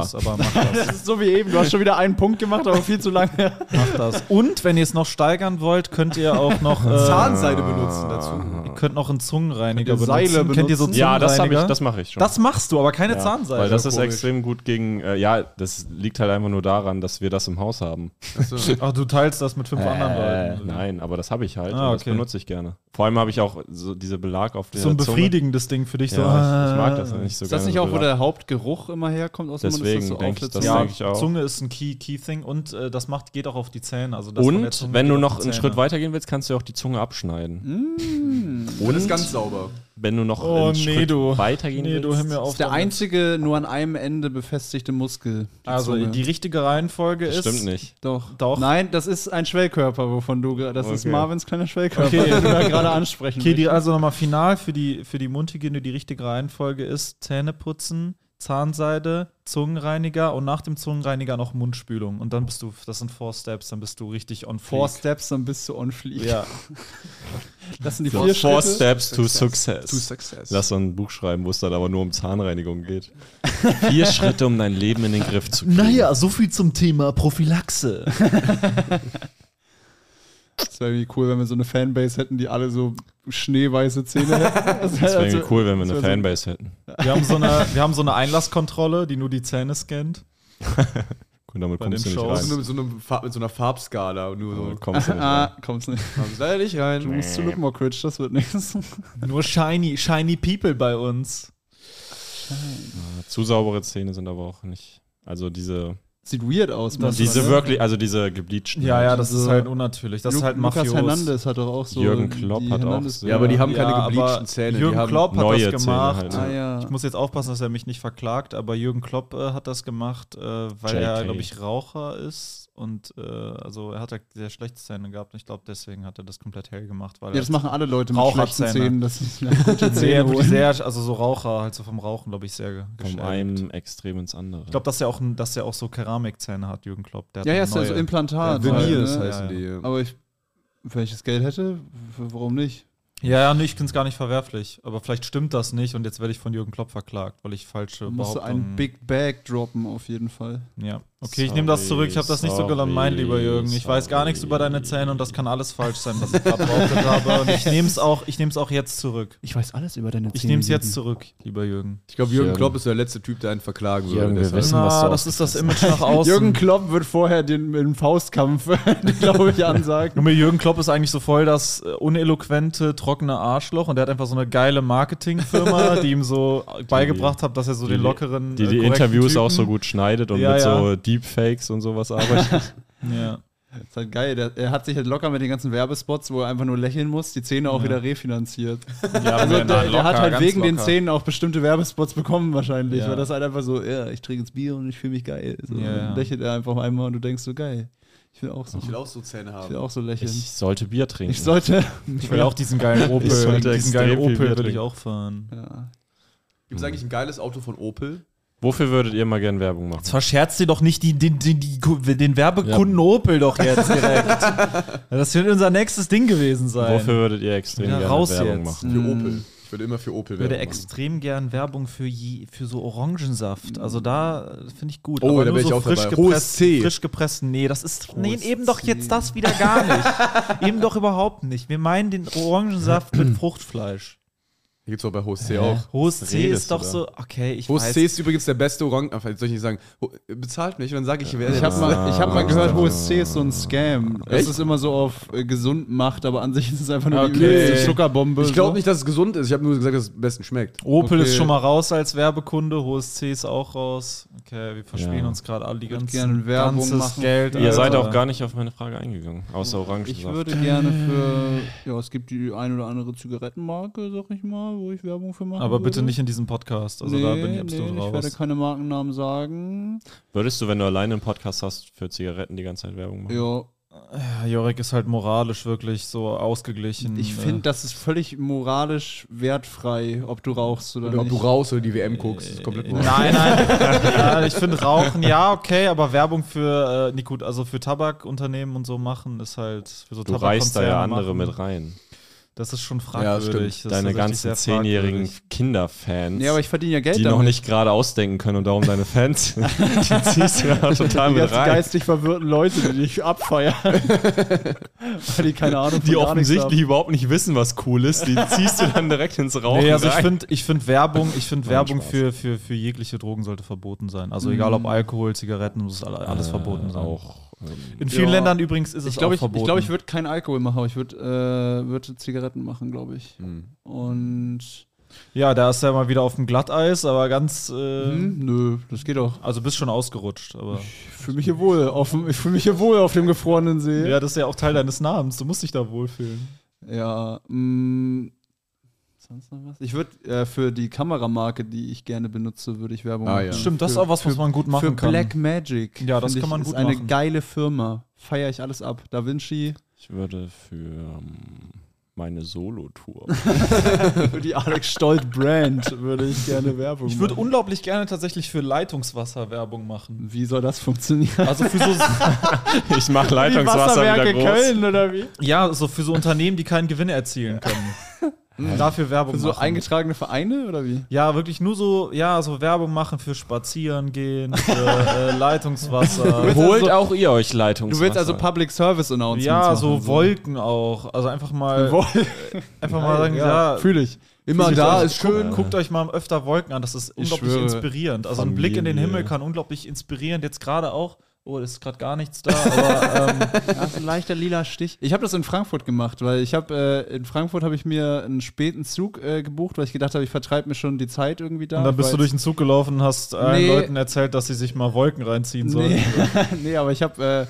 dass es nötig ist, aber macht das,
Das ist so wie eben. Du hast schon wieder einen Punkt gemacht, aber viel zu lange.
macht das. Und wenn ihr es noch steigern wollt, könnt ihr auch noch, äh,
Ah.
Zahnseide benutzen dazu.
ihr könnt noch einen Zungenreiniger
Könnt ihr
benutzen.
Seile
Kennt ihr so
benutzen?
Ja, das, hab ich,
Zungenreiniger?
das mache ich schon.
Das machst du, aber keine
ja,
Zahnseide.
Weil das ist
Komisch.
extrem gut gegen, äh, ja, das liegt halt einfach nur daran, dass wir das im Haus haben.
Ach, du teilst das mit fünf anderen
Äh,
Leuten.
nein, aber das habe ich halt.
Ah,
und Das
okay.
benutze ich gerne. Vor allem habe ich auch so diese Belag auf der
So ein
Zunge.
befriedigendes Ding für dich. so,
Ja, ich, ich mag
äh,
das nicht so
Ist das
gerne,
nicht auch, wo
Belag.
der Hauptgeruch immer herkommt aus dem Mund?
Deswegen
Ist das so
denk ich,
auflitzen?
das
ja,
denke ich auch.
Zunge ist ein Key, Key Thing und äh, das macht, geht auch auf die Zähne. Also das von der
Und
Zunge
wenn
geht
du
auf
noch
die
einen
Zähne.
Schritt weiter gehen willst, kannst du auch die Zunge abschneiden.
Mm.
Und ist ganz sauber.
Wenn du noch
Oh,
einen
nee,
Schritt
du.
weitergehen
Nee,
willst.
du hör mir
Das
auf.
ist der einzige, nur an einem Ende befestigte Muskel. die
also
Zunge.
die richtige Reihenfolge ist.
Stimmt nicht.
Doch.
Doch.
Nein, das ist ein Schwellkörper, wovon du gerade. Das ist
Okay.
Marvins kleiner Schwellkörper,
Okay.
den du da gerade ansprechen
Okay, die,
möchtest.
also nochmal final für die, für die Mundhygiene. Die richtige Reihenfolge ist Zähne putzen, Zahnseide, Zungenreiniger und nach dem Zungenreiniger noch Mundspülung. Und dann bist du, das sind Four Steps, dann bist du richtig on
Four
fleek.
Steps, dann bist du on fleek.
Ja.
Das sind die
Four
vier Schritte.
Steps to Success.
To success.
Lass so ein Buch schreiben, wo es dann aber nur um Zahnreinigung geht. Vier Schritte, um dein Leben in den Griff zu kriegen.
so viel zum Thema Prophylaxe.
Das wäre irgendwie cool, wenn wir so eine Fanbase hätten, die alle so schneeweiße Zähne hätten. Das also
Das wäre
Also,
irgendwie cool, wenn wir
das
eine
wär so-
Fanbase hätten.
Wir haben, so eine, wir haben so eine Einlasskontrolle, die nur die Zähne scannt.
Und damit
Bei
kommst du
den
nicht
Shows.
So
rein.
mit, so einem Farb, mit so einer Farbskala und nur so.
Also kommst du nicht rein.
Ah, kommst nicht.
Kommst leider nicht
Du
rein.
musst zu Luke Mockridge, das wird nichts.
Nur shiny, shiny people bei uns.
Zu saubere Zähne sind aber auch nicht. Also diese,
Sieht weird aus, Mann.
diese wirklich, also diese gebleachten.
Ja, ja, das ist
Also,
halt unnatürlich. Das ist halt
Lukas
mafios.
Hernandez hat doch auch so.
Jürgen Klopp
die
hat auch
Hernandez-
so-
Ja, aber die haben keine
Ja,
gebleachten
aber
Zähne.
Jürgen
die haben
Klopp hat
neue
das
Zähne
gemacht.
halt, ne?
Ah, ja.
Ich muss jetzt aufpassen, dass er mich nicht verklagt, aber Jürgen Klopp äh, hat das gemacht, äh, weil er,
JK.
glaube ich, Raucher ist und äh, also er hat ja sehr schlechte Zähne gehabt und ich glaube, deswegen hat er das komplett hell gemacht, weil
ja, das
er
machen alle Leute mit
Raucherzähne.
schlechten Zähnen, dass sie sich gute
sehr,
Zähne holen.
sehr, also so Raucher, halt so vom Rauchen, glaube ich, sehr ge-
Vom
geschädigt.
einem Extrem ins andere.
Ich glaube, dass er auch ein- dass er auch so Keramikzähne hat, Jürgen Klopp. Der hat
ja, ja,
eine
ist ja so
neue.
Implantat.
Ja,
Veneers
Ja,
ne?
heißen
ja.
die. halt, ja.
Aber ich, wenn ich das Geld hätte, w- warum nicht?
Ja, ja, nee, ich finde es gar nicht verwerflich. Aber vielleicht stimmt das nicht und jetzt werde ich von Jürgen Klopp verklagt, weil ich falsche
Da musst du
Behauptungen-
einen Big Bag droppen, auf jeden Fall.
Ja. Okay, ich nehme das
Sorry,
zurück. Ich habe das nicht so
sorry,
gemeint, lieber Jürgen. Ich weiß gar nichts über deine
sorry.
Zähne und das kann alles falsch sein, was ich gerade behauptet habe. Und ich nehme es auch, ich nehm's auch jetzt zurück.
Ich weiß alles über deine
Ich nehme es jetzt zurück, lieber Jürgen.
Ich glaube, Jürgen
Jürgen.
Klopp ist der letzte Typ, der einen verklagen würde.
Jürgen, wir
deshalb.
wissen- was du
das ist das Image nach außen.
Jürgen Klopp wird vorher den, den Faustkampf, glaube ich, ansagen.
Nur mit Jürgen Klopp ist eigentlich so voll das äh, uneloquente, trockene Arschloch und der hat einfach so eine geile Marketingfirma, die ihm so beigebracht hat, dass er so den lockeren.
die
äh,
die
korrekten
Interviews auch
Typen-
so gut schneidet und
Ja,
mit
ja.
so Deepfakes und sowas arbeitet.
Ja.
Das ist halt geil. Der, er hat sich halt locker mit den ganzen Werbespots, wo er einfach nur lächeln muss, die Zähne auch wieder refinanziert.
Ja,
Also der, der hat halt wegen den
Zähnen.
Szenen auch bestimmte Werbespots bekommen wahrschlich,
Ja.
weil das halt einfach so, ja, ich trinke jetzt Bier und ich fühle mich geil. So,
Ja,
dann
ja.
lächelt er einfach einmal und du denkst so, geil, ich will auch so,
Ich will auch so Zähne
ich will
haben.
auch so lächeln.
Ich
Ich,
sollte Bier trinken.
sollte...
Ich will auch diesen geilen Opel.
sollte
diesen geilen
extrem viel
Opel
Bier
würde ich
trinken.
auch fahren.
Ja.
Gibt es eigentlich ein geiles Auto von Opel?
Wofür würdet ihr mal gerne Werbung machen?
Jetzt verscherzt ihr doch nicht die, den- den- die, den Werbekunden Opel doch jetzt direkt. das wird unser nächstes Ding gewesen sein.
Wofür würdet ihr extrem
Ja,
gerne
raus
Werbung
jetzt.
machen?
Für Opel. Ich würde immer für Opel
Ich Mhm. würde
Werbung machen.
extrem gern Werbung für, je, für so Orangensaft. Also da äh, finde ich gut.
Oh, da
nur
wär ich
so
auch
frisch
dabei. Hohes
Gepresst,
C.
frisch gepressten. Nee, das ist. Nee,
Hohes
eben doch
C.
jetzt das wieder gar nicht. eben doch überhaupt nicht. Wir meinen den Orangensaft mit Fruchtfleisch.
Hier gibt es auch bei Host C auch.
Hohes C
Redest
ist doch
du da?
so. Okay, ich
Host
weiß.
C ist übrigens der beste Orang. Ach, jetzt soll ich nicht sagen. Ho- Bezahlt mich, dann sage ich, wer
Ich habe mal, ich hab mal gehört, HSC ist so ein Scam. Das
Echt?
ist immer so auf äh, gesund macht, aber an sich ist es einfach nur die
Okay.
übelste Zuckerbombe.
Ich glaube
so.
nicht, dass es gesund ist. Ich habe nur gesagt, dass es am besten schmeckt.
Opel
Okay.
ist schon mal raus als Werbekunde, hohes C ist auch raus. Okay, wir verspielen
Ja.
uns gerade alle die
würd
ganzen
gerne Werbung
ganzes
machen.
Geld.
Ihr seid
Alter.
auch gar nicht auf meine Frage eingegangen, außer
Ich
Orangensaft.
würde gerne für, ja, es gibt die ein oder andere Zigarettenmarke, sag ich mal, wo ich Werbung für mache.
Aber bitte nicht in diesem Podcast. Also da bin ich absolut
Ich werde
raus.
keine Markennamen sagen.
Würdest du, wenn du alleine einen Podcast hast, für Zigaretten die ganze Zeit Werbung machen?
Ja,
Ja, Jorek ist halt moralisch wirklich so ausgeglichen.
ich
äh,
finde, das ist völlig moralisch wertfrei, ob du rauchst oder,
Oder ob
nicht.
du raus oder die WM guckst, ist komplett
Äh, Nein, nein. ja, ich finde Rauchen, ja, okay, aber Werbung für äh, Nico, also für Tabakunternehmen und so machen ist halt für so
Du reißt da ja
Tabakkonzerne
andere
machen,
mit rein.
Das ist schon
Ja, stimmt.
fragwürdig. das ist
Deine
tatsächlich
ganzen
sehr
zehnjährigen
fragwürdig.
Kinderfans,
Nee, aber ich verdiene ja Geld
die
damit.
noch nicht gerade ausdenken können und darum deine Fans, die ziehst du ja total
die
mit
ganzen
rein.
geistig verwirrten Leute, die dich abfeiern. Weil die keine Ahnung von
Die
gar nichts
offensichtlich überhaupt nicht wissen, was cool ist, die ziehst du dann direkt ins Rauchen
Nee, also ich
rein.
finde ich find Werbung, ich find
Nein,
Werbung
Spaß.
für, für, für jegliche Drogen sollte verboten sein. Also egal ob Alkohol, Zigaretten, muss alle- alles verboten
äh,
sein.
auch. Ähm,
In vielen
Ja.
Ländern übrigens ist es
Ich glaube,
auch
ich,
verboten.
ich, glaub, ich würde keinen Alkohol machen, aber ich würde äh, würd Zigaretten machen, glaube ich.
Hm.
Mhm.
Und.
ja, da ist er mal wieder auf dem Glatteis, aber ganz. Äh,
Hm, nö, das geht auch.
Also bist schon ausgerutscht, aber.
Ich fühle mich hier wohl. Auf, dem- ich fühle mich hier wohl auf dem gefrorenen See.
Ja, das ist ja auch Teil deines Namens. Du musst dich da wohlfühlen.
Ja, mh, sonst noch was? Ich würde äh, für die Kameramarke, die ich gerne benutze, würde ich Werbung
Ah,
machen.
ja.
Stimmt, das ist
Für-
auch was, was man gut machen
für
kann.
Black Magic.
Ja, das
find
kann man
ich,
gut
ist eine
machen.
geile Firma. Feiere ich alles ab. Da Vinci.
Ich würde für ähm, meine Solo-Tour.
für die Alex Stolt Brand würde ich gerne Werbung
ich würde
machen.
unglaublich gerne tatsächlich für Leitungswasser Werbung machen.
Wie soll das funktionieren?
Also für so,
Ich mache Leitungswasser wieder groß.
Köln oder wie?
ja, so für so Unternehmen, die keinen Gewinn erzielen können. Dafür Werbung
Für so
machen.
eingetragene Vereine oder wie?
Ja, wirklich nur so, ja, so Werbung machen für Spazieren gehen, für äh, Leitungswasser.
Holt auch ihr euch Leitungswasser.
Du willst also Public Service Announcements
ja,
machen.
so Wolken auch. Also einfach mal, einfach mal sagen, ja,
Fühle ich.
Immer
Guckt
da
euch-
ist schön.
Guckt, guckt euch mal öfter Wolken an, das ist unglaublich
schwöre.
inspirierend. Also ein Blick in den
Familie.
Himmel kann unglaublich inspirierend. Jetzt gerade auch, oh, es ist gerade gar nichts da, aber ähm,
Ja, ist ein leichter lila Stich. Ich habe das in Frankfurt gemacht, weil ich habe äh, in Frankfurt habe ich mir einen späten Zug äh, gebucht, weil ich gedacht habe, ich vertreibe mir schon die Zeit irgendwie da.
Und dann bist
weil-
du durch den Zug gelaufen und hast allen
Nee.
Leuten erzählt, dass sie sich mal Wolken reinziehen sollen.
nee, nee, aber ich habe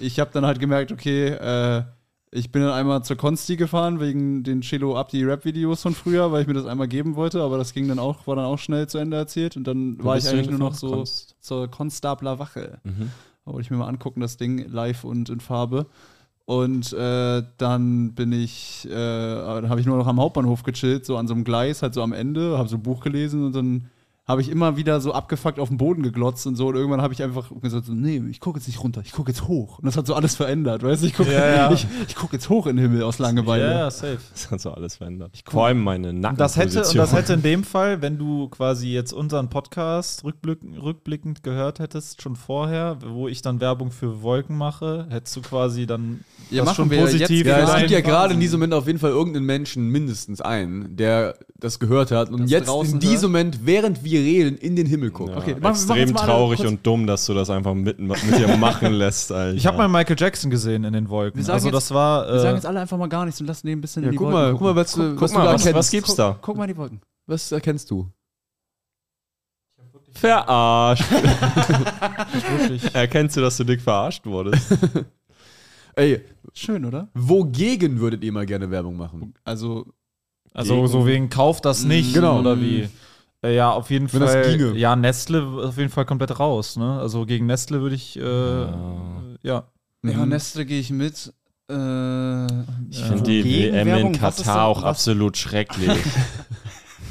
äh, ich habe dann halt gemerkt, okay, äh, ich bin dann einmal zur Consti gefahren wegen den Cello Abdi Rap Videos von früher, weil ich mir das einmal geben wollte, aber das ging dann auch war dann auch schnell zu Ende erzählt und dann war ich eigentlich nur noch so zur Konstabler Wache. Da wollte ich mir mal angucken, das Ding live und in Farbe. Und äh, dann bin ich, äh, aber dann habe ich nur noch am Hauptbahnhof gechillt, so an so einem Gleis, halt so am Ende, habe so ein Buch gelesen und dann habe ich immer wieder so abgefuckt auf den Boden geglotzt und so. Und irgendwann habe ich einfach gesagt, so, nee, ich gucke jetzt nicht runter, ich gucke jetzt hoch. Und das hat so alles verändert, weißt du? Ich gucke
Ja, ja.
ich, ich guck jetzt hoch in den Himmel aus Langeweile.
safe.
Das hat so alles verändert. Ich Vor allem meine Nacken.
Das hätte, und das hätte in dem Fall, wenn du quasi jetzt unseren Podcast rückblickend, rückblickend gehört hättest, schon vorher, wo ich dann Werbung für Wolken mache, hättest du quasi dann
Ja,
das
machen wir ja jetzt
Ja,
Ja,
es
nein,
gibt ja
Wahnsinn.
gerade in diesem Moment auf jeden Fall irgendeinen Menschen mindestens einen, der das gehört hat und
Das
jetzt
draußen
in diesem
hört.
Moment, während wir reden, in den Himmel guckt.
Ja,
Okay,
okay,
machen- machen wir jetzt
extrem
mal alle
traurig
kurz-
und dumm, dass du das einfach mit, mit dir machen lässt, Alter.
Ich habe mal Michael Jackson gesehen in den Wolken.
Wir sagen
Also
jetzt-
das war
Wir sagen
äh,
jetzt alle einfach mal gar nichts und lassen den ein bisschen
Ja,
in die
guck
Wolken
mal, guck
gucken.
mal, was, du-
Guck mal,
du da
was,
kennst.
was gibt's da?
Guck mal die Wolken.
Was erkennst du?
Verarscht. Erkennst du, dass du dick verarscht wurdest?
Ey,
Schön, oder?
wogegen würdet ihr mal gerne Werbung machen?
Also,
Also so wegen kauft das nicht
Genau.
oder wie? Äh, Ja, auf jeden
Wenn das
Fall.
ginge.
Ja, Nestle auf jeden Fall komplett raus. Ne? Also gegen Nestle würde ich. Äh, ja.
ja, Nestle gehe ich mit. Äh,
Ich finde die
Gegen
WM
Werbung,
in
was ist
Katar
da-
auch
was-
absolut schrecklich.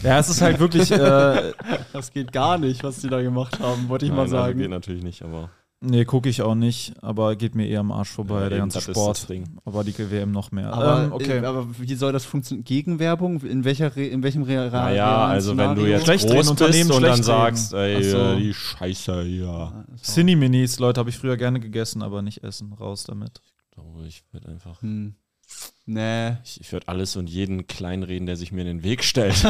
Ja, es ist halt wirklich. Äh,
Das geht gar nicht, was die da gemacht haben, wollte ich mal
Nein, also
sagen.
geht natürlich nicht, aber
nee, gucke ich auch nicht, aber geht mir eher am Arsch vorbei,
Ja,
der
eben,
ganze
das ist das
Sport.
Ding.
Aber die WM noch mehr.
Aber,
ähm, okay.
äh, aber wie soll das funktionieren? Gegenwerbung? In, welcher, Re- in welchem Real?
naja, also wenn du jetzt
Schlecht reden,
groß
Unternehmen
bist und dann
schlecht reden.
sagst, ey,
Ach so.
äh, die Scheiße hier.
Cineminis, Leute, habe ich früher gerne gegessen, aber nicht essen. Raus damit.
So, Ich würde einfach,
Hm. Nee.
ich, ich würde alles und jeden kleinreden, der sich mir in den Weg stellt.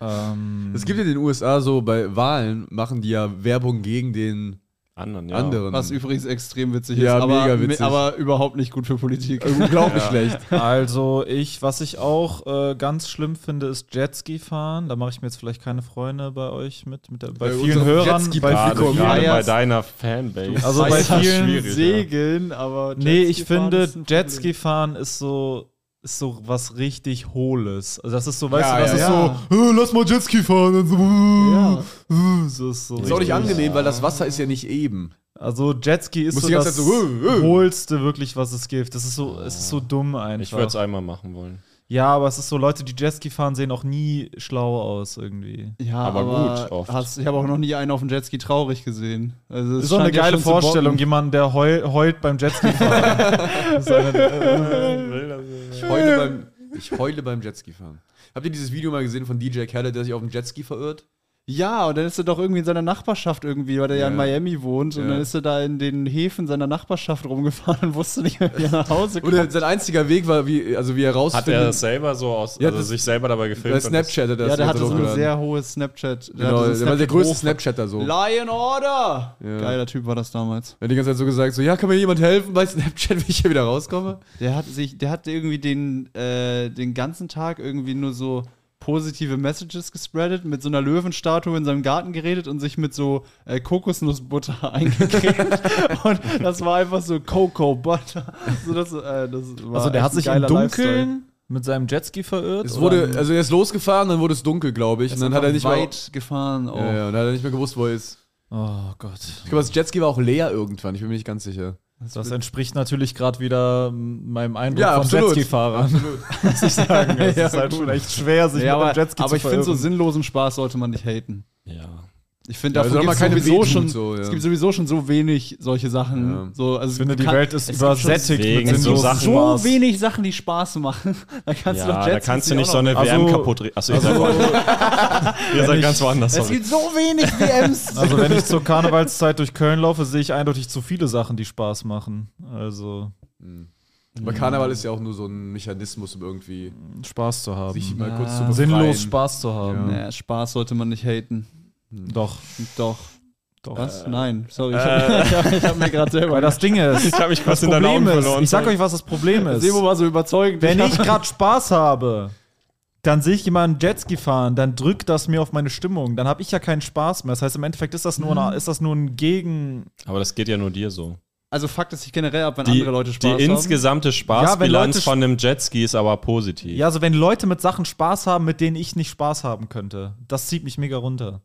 Ähm,
Es gibt in den USA so, bei Wahlen machen die ja Werbung gegen den
Anderen, ja.
anderen.
Was übrigens extrem witzig
Ja,
ist, aber,
mega witzig.
aber überhaupt nicht gut für Politik.
Unglaublich schlecht.
Also ich, was ich auch äh, ganz schlimm finde, ist Jetski fahren. Da mache ich mir jetzt vielleicht keine Freunde bei euch mit, mit der, bei,
Bei
vielen
unserem
Hörern,
Jetski-Publikum.
bei
Gerade,
vielen
gerade bei
Hörern.
deiner Fanbase.
Also bei
Ist das
vielen
schwierig, ja.
Segeln, aber.
Nee, ich
Jetski fahren
finde
ist ein Problem.
Jetski fahren ist so ist so was richtig hohles. Also das ist so, weißt
Ja,
du, das
ja,
ist so, "Äh, lass mal Jetski fahren. Und so, "Äh, äh", so ist so.
Ist auch nicht
richtig.
angenehm, weil das
Ah.
Wasser ist ja nicht eben.
Also Jetski ist
Muss
so
die ganze
das
Zeit so, "Äh, äh".
hohlste wirklich, was es gibt. Das ist so, es ist so dumm einfach.
Ich würde es einmal machen wollen.
ja, aber es ist so Leute, die Jetski fahren, sehen auch nie schlau aus irgendwie.
Ja,
Aber
aber,
gut, oft.
Hast, ich habe auch noch nie einen auf dem Jetski traurig gesehen. Also es
Das ist doch eine
scheint ja
geile
schon zu bocken.
Vorstellung, jemand, der heul, heult beim Jetski fahren. Das ist eine-
Ich heule beim, ich heule beim Jetski fahren. Habt ihr dieses Video mal gesehen von DJ Khaled, der sich auf dem Jetski verirrt?
Ja, und dann ist er doch irgendwie in seiner Nachbarschaft irgendwie, weil er ja,
Ja.
in Miami wohnt. Und
Ja.
dann ist er da in den Häfen seiner Nachbarschaft rumgefahren und wusste nicht mehr, wie er nach Hause kommt.
Oder sein einziger Weg war, wie, also wie er
Hat er
rausfindet.
das selber so aus,
Ja,
also
das-
sich selber dabei gefilmt?
bei
und das-
Snapchat hat er das
ja, der
jetzt
hatte so ein
hochgeladen.
sehr hohes Snapchat.
Genau,
hatte so
der war der größte
hoch-
Snapchatter so.
Lion Order!
Ja.
Geiler Typ war das damals.
Er hat die ganze Zeit so gesagt, so, ja, kann mir jemand helfen bei Snapchat, wie ich hier wieder rauskomme?
Der hat sich, der hat irgendwie den, äh, den ganzen Tag irgendwie nur so positive Messages gespreadet, mit so einer Löwenstatue in seinem Garten geredet und sich mit so äh, Kokosnussbutter eingecremt. und das war einfach so Cocoa Butter. So, das, äh, das war
also der hat
echt ein
sich im
geiler
Dunkeln
Lifestyle.
mit seinem Jetski verirrt.
Es
oder
wurde,
im-
also er ist losgefahren, dann wurde es dunkel, glaube ich. Und dann hat er nicht mehr,
weit gefahren. Auch.
ja, ja, und dann hat er nicht mehr gewusst, wo er ist.
oh Gott.
Ich glaube, das Jetski war auch leer irgendwann, ich bin mir nicht ganz sicher.
Das entspricht natürlich gerade wieder mm, meinem Eindruck
Ja,
von
absolut.
Jetski-Fahrern, muss ich sagen. Es ist halt schon echt schwer, sich
Ja,
mit
aber,
dem Jetski
aber
zu
Also ich finde, so
verirren.
sinnlosen Spaß sollte man nicht haten.
Ja.
Ich finde,
Ja, solange
dafür gibt
man
es
keine
sowieso,
wehtut,
schon-
so, ja.
es gibt sowieso schon so wenig solche Sachen.
Ja.
So, also
ich finde, die
kann-
Welt ist
es gibt schon
übersättigt mit
wegen so
sinnlosen
Sachen.
so
so
Spaß.
wenig Sachen, die Spaß machen. Da kannst
ja,
du doch
da
Jets
kannst du nicht so
auch noch-
eine
Also-
WM kaputt reden. Achso, ihr seid, ihr seid ganz woanders.
Es
Sorry.
gibt so wenig WMs.
Also wenn ich zur Karnevalszeit durch Köln laufe, sehe ich eindeutig zu viele Sachen, die Spaß machen. Also
Aber Karneval ist ja auch nur so ein Mechanismus, um irgendwie
Spaß zu haben.
sich mal kurz zu
Ja.
befreien.
Sinnlos Spaß zu haben.
Naja, Spaß sollte man nicht haten.
Doch,
Doch.
doch.
Was? Nein, sorry. Ich hab, ich hab mir gerade selber.
Weil das Ding ist,
Ich habe mich
das
kurz in deinen
Problem
Augen
ist,
verloren.
ich sag euch, was das Problem ist.
Sebo war so überzeugend.
Wenn
hab-
ich gerade Spaß habe, dann sehe ich jemanden Jetski fahren, dann drückt das mir auf meine Stimmung. Dann habe ich ja keinen Spaß mehr. Das heißt, im Endeffekt ist das
Mhm.
nur, eine, ist das nur ein Gegen.
Aber das geht ja nur dir so.
also fuckt es sich generell ab, wenn
Die,
andere Leute Spaß
die
haben.
insgesamte
Leute
Spaßbilanz
sch-
von dem Jetski ist aber positiv.
Ja, also wenn Leute mit Sachen Spaß haben, mit denen ich nicht Spaß haben könnte, das zieht mich mega runter.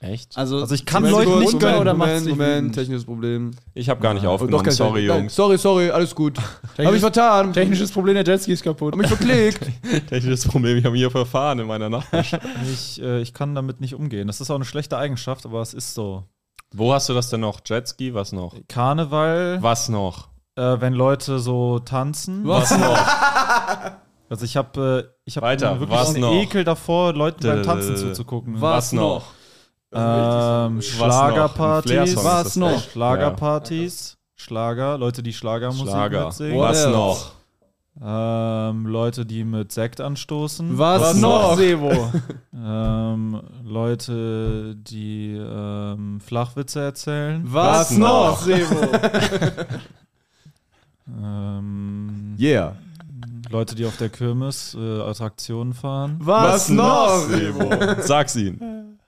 Echt?
Also ich kann Leuten nicht
Moment,
gönnen.
Moment,
Oder
Moment,
macht's nicht
Moment,
wütend?
technisches Problem.
Ich habe gar
Ah,
nicht
Oh,
aufgenommen.
doch, kein-
Sorry,
nein,
Jungs.
Sorry, sorry, alles gut. Hab ich vertan. Hab
Technisches Problem, der Jetski ist kaputt.
mich verklickt.
Technisches Problem. Ich habe hier verfahren in meiner Nachbarschaft.
Ich, äh, ich kann damit nicht umgehen. Das ist auch eine schlechte Eigenschaft, aber es ist so.
Wo hast du das denn noch? Jetski? Was noch?
Karneval,
Was noch?
äh, wenn Leute so tanzen.
Was noch?
Also ich habe äh, ich hab
Weiter,
wirklich
was
einen
noch?
Ekel davor, Leuten beim
Dä-
Tanzen zuzugucken.
Was noch?
Ähm, Schlagerpartys.
Flair-Song
Was
ist das
noch?
echt.
Schlagerpartys. Schlager, Leute, die Schlagermusik
Schlager.
mitsingen.
Was
else?
noch?
Ähm, Leute, die mit Sekt anstoßen.
Was,
Was noch?
noch, Sebo?
Ähm, Leute, die ähm, Flachwitze erzählen.
Was, noch, Sebo?
Ähm,
Yeah.
Leute, die auf der Kirmes äh, Attraktionen fahren.
Was,
noch? Sebo? Sag's ihnen.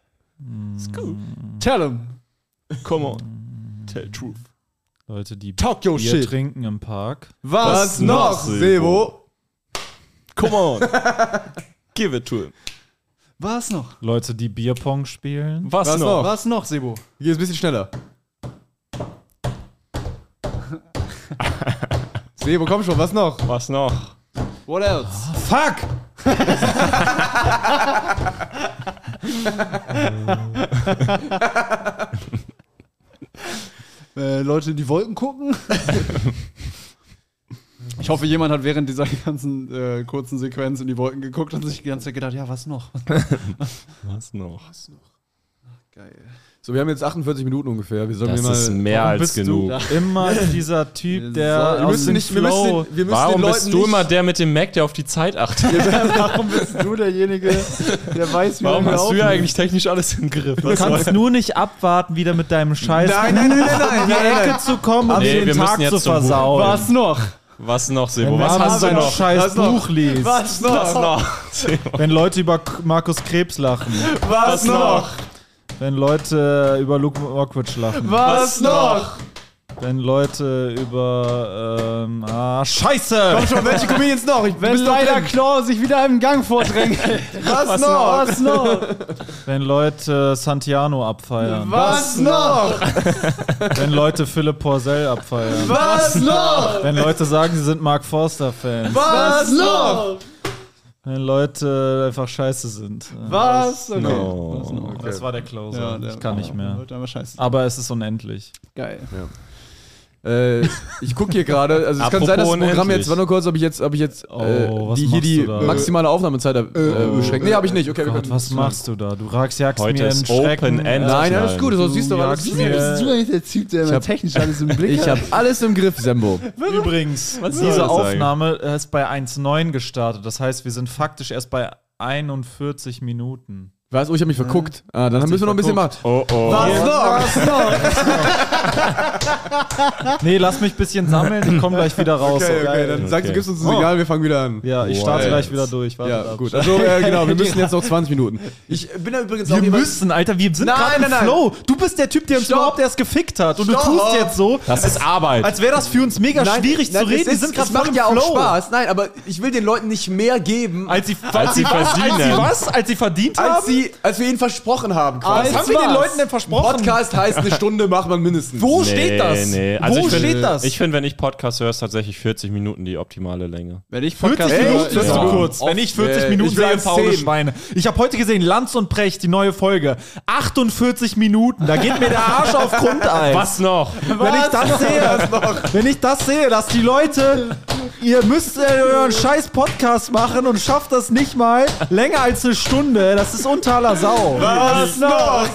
Scoop.
Tell him.
Come on. Tell truth.
Leute, die
Talk
Oh,
your
Bier
shit.
trinken im Park.
Was,
Was
noch,
noch,
Sebo?
Come on. Give it to him.
Was noch?
Leute, die Bierpong spielen.
Was, noch?
Was noch, Sebo?
Geh jetzt ein bisschen schneller. Sebo, komm schon, was noch?
Was noch?
What else?
Fuck!
Äh, Leute in die Wolken gucken? Ich hoffe, jemand hat während dieser ganzen äh, kurzen Sequenz in die Wolken geguckt und sich die ganze Zeit gedacht, ja, was noch?
Was noch?
So, wir haben jetzt 48 Minuten ungefähr. Wir sollen
Das
hier mal.
ist mehr als
bist du
genug.
Immer dieser Typ, der
wir
aus
müssen
dem
nicht, wir müssen,
Flow.
den- wir müssen
Warum
den Leuten
bist du
nicht,
immer der mit dem Mac, der auf die Zeit achtet?
Warum bist du derjenige, der weiß, wie
Warum
lange
hast du
laufen?
ja eigentlich technisch alles im Griff?
Du kannst nur nicht abwarten, wieder mit deinem Scheiß
Nein, nein, nein, nein, nein,
in die
nein,
Ecke
nein.
zu kommen und
Nee,
dir
wir
den
müssen
Tag
jetzt
zu
zum Buch.
versauen.
Was noch?
Was noch, Sebo?
Wenn
Was
Markus
hast du
ein
noch?
scheiß
Was noch?
Buch liest.
Was noch?
Was noch? Sebo.
Wenn Leute über K- Markus Krebs lachen.
Was noch?
Wenn Leute über Luke Mockridge lachen.
Was noch?
Wenn Leute über. Ähm, ah, Scheiße!
Komm schon, welche Comedians noch? Ich
Wenn
bist doch
leider
drin.
Claw sich wieder im Gang vordrängt.
was, noch?
Was noch?
Wenn Leute Santiano abfeiern.
Was noch?
Wenn Leute Philipp Porzell abfeiern.
Was noch?
Wenn Leute sagen, sie sind Mark Forster-Fans.
Was noch?
Wenn Leute einfach scheiße sind.
Was? Okay.
No.
Was noch?
Das war der Closer.
Ja, der-
ich kann nicht mehr.
Leute, aber scheiße.
Aber es ist unendlich.
Geil.
Äh, ich gucke hier gerade, also es kann
Apropos
sein, dass das Programm
unendlich.
jetzt, warte nur kurz, ob ich jetzt, ob ich jetzt
Oh,
äh,
was
die, hier
machst
die
du da?
maximale Aufnahmezeit äh, beschränkt. Nee, habe ich nicht. Okay, wir
Gott,
können-
was machst du da? Du ragst, jagst
Heute
mir einen
ist
Schrecken.
Open End.
Nein, alles gut,
Du
so siehst du aber alles.
jagst mir.
eigentlich der Typ, der immer technisch alles im Blick
Ich habe alles im Griff, Sembo.
Übrigens,
soll
diese
das sagen?
Aufnahme ist bei 1,9 gestartet. Das heißt, wir sind faktisch erst bei 41 Minuten.
Was? Oh, ich habe mich verguckt. Ah, dann müssen wir noch ein bisschen machen.
Oh, oh.
Was noch?
Nee, lass mich ein bisschen sammeln. Ich komme gleich wieder raus.
Okay, okay, Oh. dann sagst du,
Okay.
gibst uns ein Signal, wir fangen wieder an.
Ja, ich starte
Wow.
gleich wieder durch. Warte
Ja,
ab.
gut. Also, äh, genau, wir müssen jetzt noch 20 Minuten. Ich bin da übrigens
Wir müssen, Alter, wir sind
Nein,
gerade im
nein, nein.
Flow. Du bist der Typ, der uns
Stopp.
überhaupt erst gefickt hat. Und du
Stopp.
tust jetzt so,
Das ist Arbeit.
als wäre das für uns mega schwierig zu reden.
Wir
Wir sind gerade
das
voll im
macht ja auch
Flow.
Spaß. Nein, aber ich will den Leuten nicht mehr geben,
Als sie,
Als sie verdienen.
Als sie was? Als sie verdient
als,
haben?
sie, als wir ihnen versprochen haben.
was
Quasi.
haben wir den
was?
Leuten denn versprochen?
Podcast heißt, eine Stunde macht man mindestens.
Wo steht das?
Nee. Also
Wo
ich find,
steht das?
Ich finde, wenn ich Podcast höre, ist tatsächlich 40 Minuten die optimale Länge.
Wenn ich
40
höre,
Minuten
das
ist
ja.
zu kurz.
Oft,
Wenn ich 40
äh,
Minuten
ich will
sehe,
sagen
faule
10.
Schweine. Ich habe heute gesehen, Lanz und Precht, die neue Folge. 48 Minuten. Da geht mir der Arsch auf Grundeis.
Was noch?
Wenn ich das sehe, wenn ich das sehe, dass die Leute, ihr müsst äh, euren scheiß Podcast machen und schafft das nicht mal länger als eine Stunde, das ist unter aller Sau.
Was noch?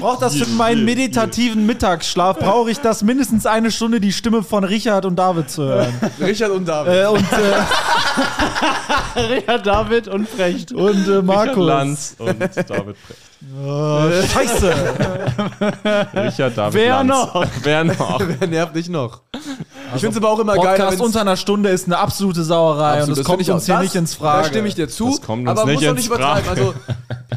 Braucht das für meinen meditativen Mittagsschlaf, brauche ich das mindestens eine Stunde, die Stimme von Richard und David zu hören.
Richard und David.
Äh, und äh,
Ja, David und Frecht.
und äh,
Richard
Markus.
Lanz und David Precht.
Oh, scheiße.
Richard David
Wer
Lanz.
noch?
Wer noch?
Wer nervt dich noch? ich finde es aber auch immer geil,
Podcast unter einer Stunde ist eine absolute Sauerei und
Absolut,
das
finde
kommt
ich auch-
uns hier
das-
nicht ins Frage.
Da stimme ich dir zu.
Das kommt uns
aber
nicht
muss auch
ins
nicht übertreiben.
Frage.
Also,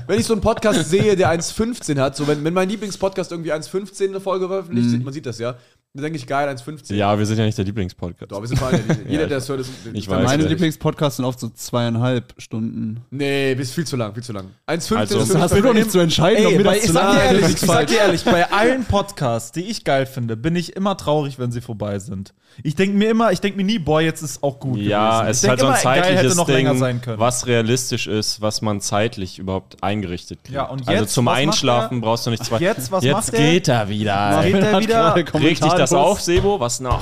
wenn ich so einen Podcast sehe, der 1,15 hat, so wenn, wenn mein Lieblingspodcast irgendwie 1,15 eine Folge veröffentlicht, sieht- man sieht das ja, dann denke ich, geil, 1,15.
Ja, wir sind ja nicht der Lieblingspodcast.
Doch, wir sind vor allem Jeder,
Ja,
der
ich-
das hört, ist ein
ich weiß.
Meine
Vielleicht.
Lieblingspodcasts sind oft so zweieinhalb Stunden.
Nee, bist viel zu lang, viel zu lang. 1,15
Also,
ist für mich
das
wird doch
bei
nicht zu
jedem-
entscheiden, ob
Ey,
wir
bei,
das
ich
zu
sag
lang
dir
oder
ehrlich,
nicht
ich sag
falsch.
dir ehrlich, bei allen Podcasts, die ich geil finde, bin ich immer traurig, wenn sie vorbei sind. Ich denke mir immer, ich denke mir nie, boah, jetzt ist auch gut.
Ja,
gewesen.
es
ich
ist halt so ein
denk immer, geil hätte
zeitliches
noch länger
Ding,
sein können.
was realistisch ist, was man zeitlich überhaupt eingerichtet kriegt.
Ja, und
also
jetzt,
zum
was macht
Einschlafen brauchst du nicht zwei.
Jetzt, was
Jetzt
macht er?
geht er wieder.
Geht der wieder?
gerade kommentarlos-
Regt dich das auf, Sebo? Was noch?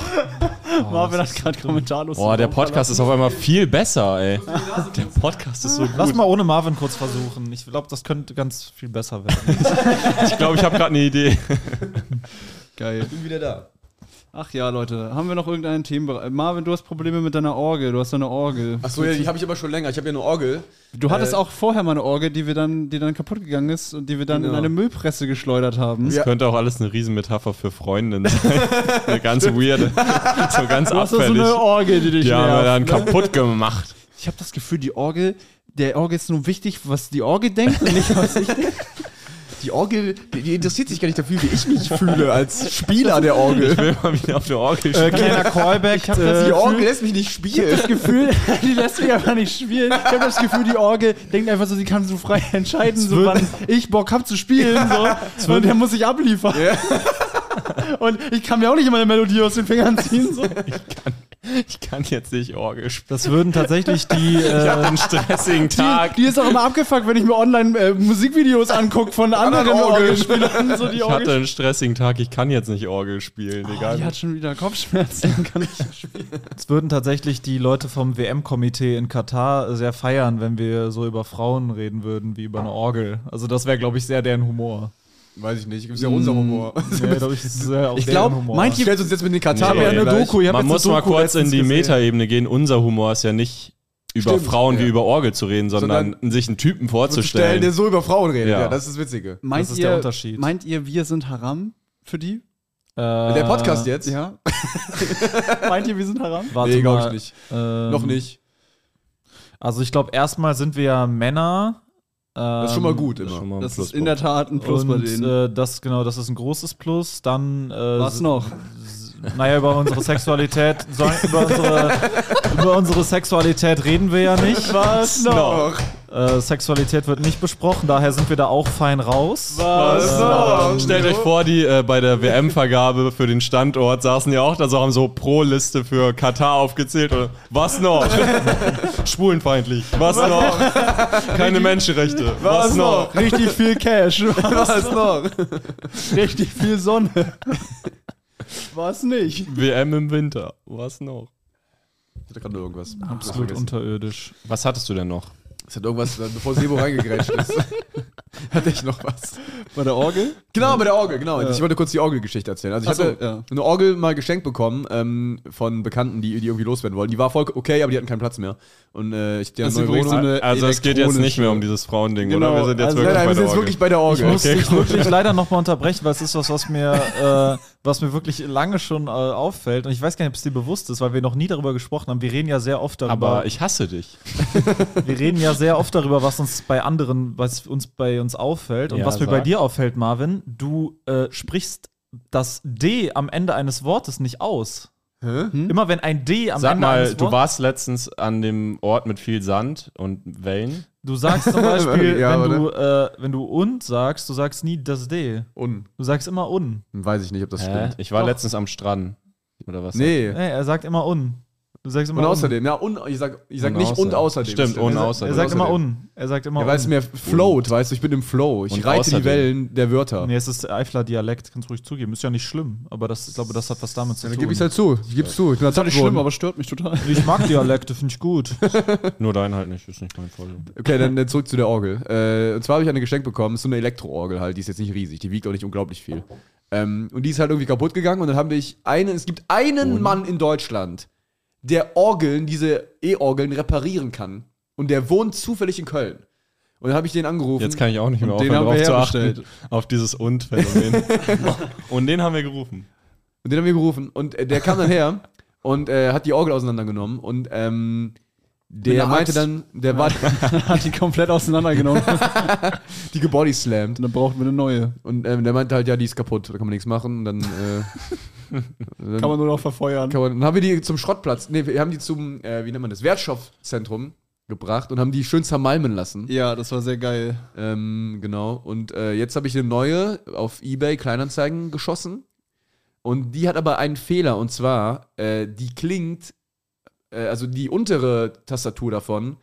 Marvin hat gerade kommentarlos.
Boah, der Podcast ist auf einmal viel besser, ey. Der Podcast ist so
Lass
gut.
mal ohne Marvin kurz versuchen. Ich glaube, das könnte ganz viel besser werden.
Ich glaube, ich habe gerade eine Idee.
Geil.
Ich bin wieder da.
Ach ja, Leute, haben wir noch irgendeinen Themenbereich? Marvin, du hast Probleme mit deiner Orgel. Du hast eine Orgel.
Achso, ja, die habe ich aber schon länger. Ich habe ja eine Orgel.
Du hattest
Äh,
auch vorher mal eine Orgel, die wir dann, die dann kaputt gegangen ist und die wir dann in
Genau.
eine Müllpresse geschleudert haben.
Ja.
Könnte auch alles eine Riesenmetapher für Freundinnen sein. eine ganz weirde. So ganz
Du hast doch so
abfällig.
eine Orgel, die dich
die haben
ne?
wir
nervt.
dann kaputt gemacht.
Ich habe das Gefühl, die Orgel der Orgel ist nur wichtig, was die Orgel denkt und nicht was ich denke.
Die Orgel, die, die interessiert sich gar nicht dafür, wie ich mich fühle als Spieler der Orgel.
will mal wieder auf der
Äh,
Orgel spielen.
Kleiner Callback. Ich
Die Orgel lässt mich nicht spielen.
Das Gefühl, die lässt mich einfach nicht spielen. Ich habe das Gefühl, die Orgel denkt einfach so, sie kann so frei entscheiden, so wann ich Bock hab zu spielen. So. Und der muss sich abliefern. Und ich kann mir auch nicht immer eine Melodie aus den Fingern ziehen. So.
Ich kann jetzt nicht Orgel spielen.
das würden tatsächlich die.
Ich
Äh,
einen stressigen Tag.
Die ist auch immer abgefuckt, wenn ich mir online äh, Musikvideos angucke von anderen
Orgeln.
Orgelspielern. So die
Ich hatte
Orgel.
einen stressigen Tag, ich kann jetzt nicht Orgel spielen,
Ah,
Oh,
egal.
die hat schon wieder Kopfschmerzen. Kann ich
das würden tatsächlich die Leute vom WM-Komitee in Katar sehr feiern, wenn wir so über Frauen reden würden wie über eine Orgel. Also das wäre, glaube ich, sehr deren Humor.
Weiß ich nicht, ist ja unser Humor.
Nee, glaub ich, das ist sehr auch
Ich
deren
glaube,
Humor.
manche stellt uns jetzt mit den Katar
Nee,
ja
gleich.
ich hab
Man
jetzt eine
muss mal
Doku
kurz in
letztens
die
gesehen.
Metaebene gehen. Unser Humor ist ja nicht über
Stimmt,
Frauen
ja.
wie über Orgel zu reden, sondern, sich einen Typen
Stellen,
vorzustellen.
der so über Frauen redet. Ja,
Ja.
das ist das Witzige.
Meint
ist
ihr,
der Unterschied.
Meint ihr, wir sind Haram für die?
Äh,
Der Podcast jetzt?
Ja.
meint ihr, wir sind Haram?
Warte
nee, glaube
mal,
ich nicht.
ähm,
Noch nicht.
Also ich glaube, erstmal sind wir ja Männer.
Das ist schon mal gut immer.
mal
ähm,
ein
Das ist
Pluspunkt.
in der Tat ein Plus
und
bei denen.
Äh, das genau, das ist ein großes Plus. Dann äh,
Was
s-
noch?
s- Naja, über unsere Sexualität, so, über, unsere, über unsere Sexualität reden wir ja nicht. Was
noch?
Äh, Sexualität wird nicht besprochen, daher sind wir da auch fein raus.
Was noch? Stellt euch vor, die äh, bei der WM-Vergabe für den Standort saßen ja auch da, so haben so Pro-Liste für Katar aufgezählt. Oder, was noch? Schwulenfeindlich. Was noch? Keine Menschenrechte. Was, noch?
Richtig viel Cash.
Was noch?
Richtig viel Sonne. Was nicht?
WM im Winter. Was noch?
Ich hatte gerade nur irgendwas.
Absolut unterirdisch.
Was hattest du denn noch?
Es hat irgendwas, äh, bevor Sebo reingegrätscht ist. hatte ich noch was.
Bei der Orgel?
Genau, bei der Orgel, genau. Ich wollte kurz die Orgelgeschichte erzählen. Also ich
Ach so,
hatte
ja.
eine Orgel mal geschenkt bekommen ähm, von Bekannten, die, die irgendwie loswerden wollten. Die war voll okay, aber die hatten keinen Platz mehr. Und äh, ich die haben
Das ist
eine neue
übrigens so
Wohnung.
eine
Also es geht jetzt nicht mehr um
die.
dieses Frauending,
Genau,
oder? Wir sind jetzt
also-
Nein,
wirklich
nein,
bei
wir sind
der
jetzt
Orgel.
wirklich bei der
Ich
Orgel.
muss
Okay,
dich
cool.
wirklich leider nochmal unterbrechen, weil es ist was, was mir, äh, was mir wirklich lange schon äh, auffällt. Und ich weiß gar nicht, ob es dir bewusst ist, weil wir noch nie darüber gesprochen haben. Wir reden ja sehr oft darüber.
Aber ich hasse dich.
Wir reden ja sehr oft darüber, was uns bei anderen, was uns bei uns auffällt. Und
Ja,
was mir
sag.
bei dir auffällt, Marvin, du äh, sprichst das D am Ende eines Wortes nicht aus.
Hm?
Immer wenn ein D am
Hm? Sag
Ende
mal,
eines
du
Wortes-
warst letztens an dem Ort mit viel Sand und Wellen.
du sagst zum Beispiel,
Ja,
wenn, du, äh, wenn du und sagst, du sagst nie das D.
Und
Du sagst immer un.
weiß ich nicht, ob das
Hä?
stimmt.
Ich war
Doch.
letztens am Strand. Oder was?
Nee.
Nee, er sagt immer un. Du sagst immer
Und
un.
außerdem, ja, und ich sag, ich sag
Und
nicht und
außerdem.
außerdem.
Stimmt, und
Er-
Er
außerdem.
sagt immer
außerdem.
un. Er sagt immer
Ja,
un.
weil es mehr float, weißt du, ich bin im Flow. Ich
Und
reite die
außerdem.
Wellen der Wörter.
Nee, es ist Eifler Dialekt, kannst du ruhig zugeben. Ist ja nicht schlimm, aber das, ich glaube, das hat was damit zu
Dann
tun.
gebe ich halt zu. Ich geb's zu. Ich bin
Das ist
ertappt
nicht schlimm,
worden.
aber stört mich total.
ich mag Dialekte, finde ich gut.
Nur dein halt nicht, ist nicht mein Vorteil.
Okay, dann äh, zurück zu der Orgel. Äh, und zwar habe ich eine geschenkt bekommen, ist so eine Elektroorgel halt, die ist jetzt nicht riesig, die wiegt auch nicht unglaublich viel. Ähm, und die ist halt irgendwie kaputt gegangen und dann habe ich einen, es gibt einen Mann in Deutschland, der Orgeln, diese E-Orgeln reparieren kann. Und der wohnt zufällig in Köln. Und dann habe ich den angerufen.
Jetzt kann ich auch nicht mehr
Und den
aufhören,
haben wir
drauf zu achten.
hergestellt.
Auf dieses Und-Phänomen. und den haben wir gerufen.
Und den haben wir gerufen. Und äh, der kam dann her und äh, hat die Orgel auseinandergenommen. Und ähm, der
einer
meinte
Axt.
dann, der war
Hat die komplett auseinandergenommen. Und
die gebodyslammt.
dann brauchten wir eine neue.
Und ähm, der meinte halt, ja, die ist kaputt, da kann man nichts machen. Und dann, äh, dann,
Kann man nur noch verfeuern.
kann man, dann haben wir die zum Schrottplatz, nee, wir haben die zum, äh, wie nennt man das, Wertstoffzentrum gebracht und haben die schön zermalmen lassen.
Ja, das war sehr geil.
Ähm, genau. Und äh, jetzt habe ich eine neue auf Ebay Kleinanzeigen geschossen. Und die hat aber einen Fehler und zwar, äh, die klingt, äh, also die untere Tastatur davon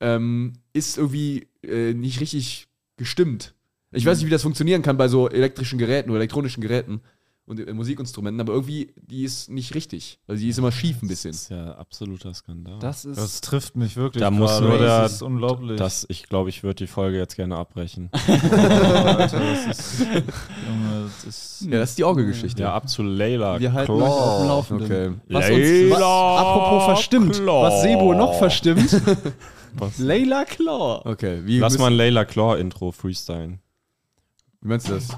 ähm, ist irgendwie äh, nicht richtig gestimmt. Ich weiß nicht, wie das funktionieren kann bei so elektrischen Geräten oder elektronischen Geräten und äh, Musikinstrumenten, aber irgendwie, die ist nicht richtig. Also die ist immer schief ein bisschen.
Das ist ja absoluter Skandal.
Das ist.
Das trifft mich wirklich.
Da muss
gerade.
nur
Das
der-
ist unglaublich.
Das- ich glaube, ich würde die Folge jetzt gerne abbrechen.
Alter, das ist, Junge, das ist
Ja, das ist die Orgelgeschichte.
Ja, ab zu Layla.
wir halten euch auf dem Laufenden.
Okay.
Was uns,
Layla
was, apropos verstimmt,
Claw.
was Sebo noch verstimmt,
Was?
Layla Claw.
Okay, wie,
Lass
müssen-
mal ein Layla Claw Intro freestylen.
wie meinst du das?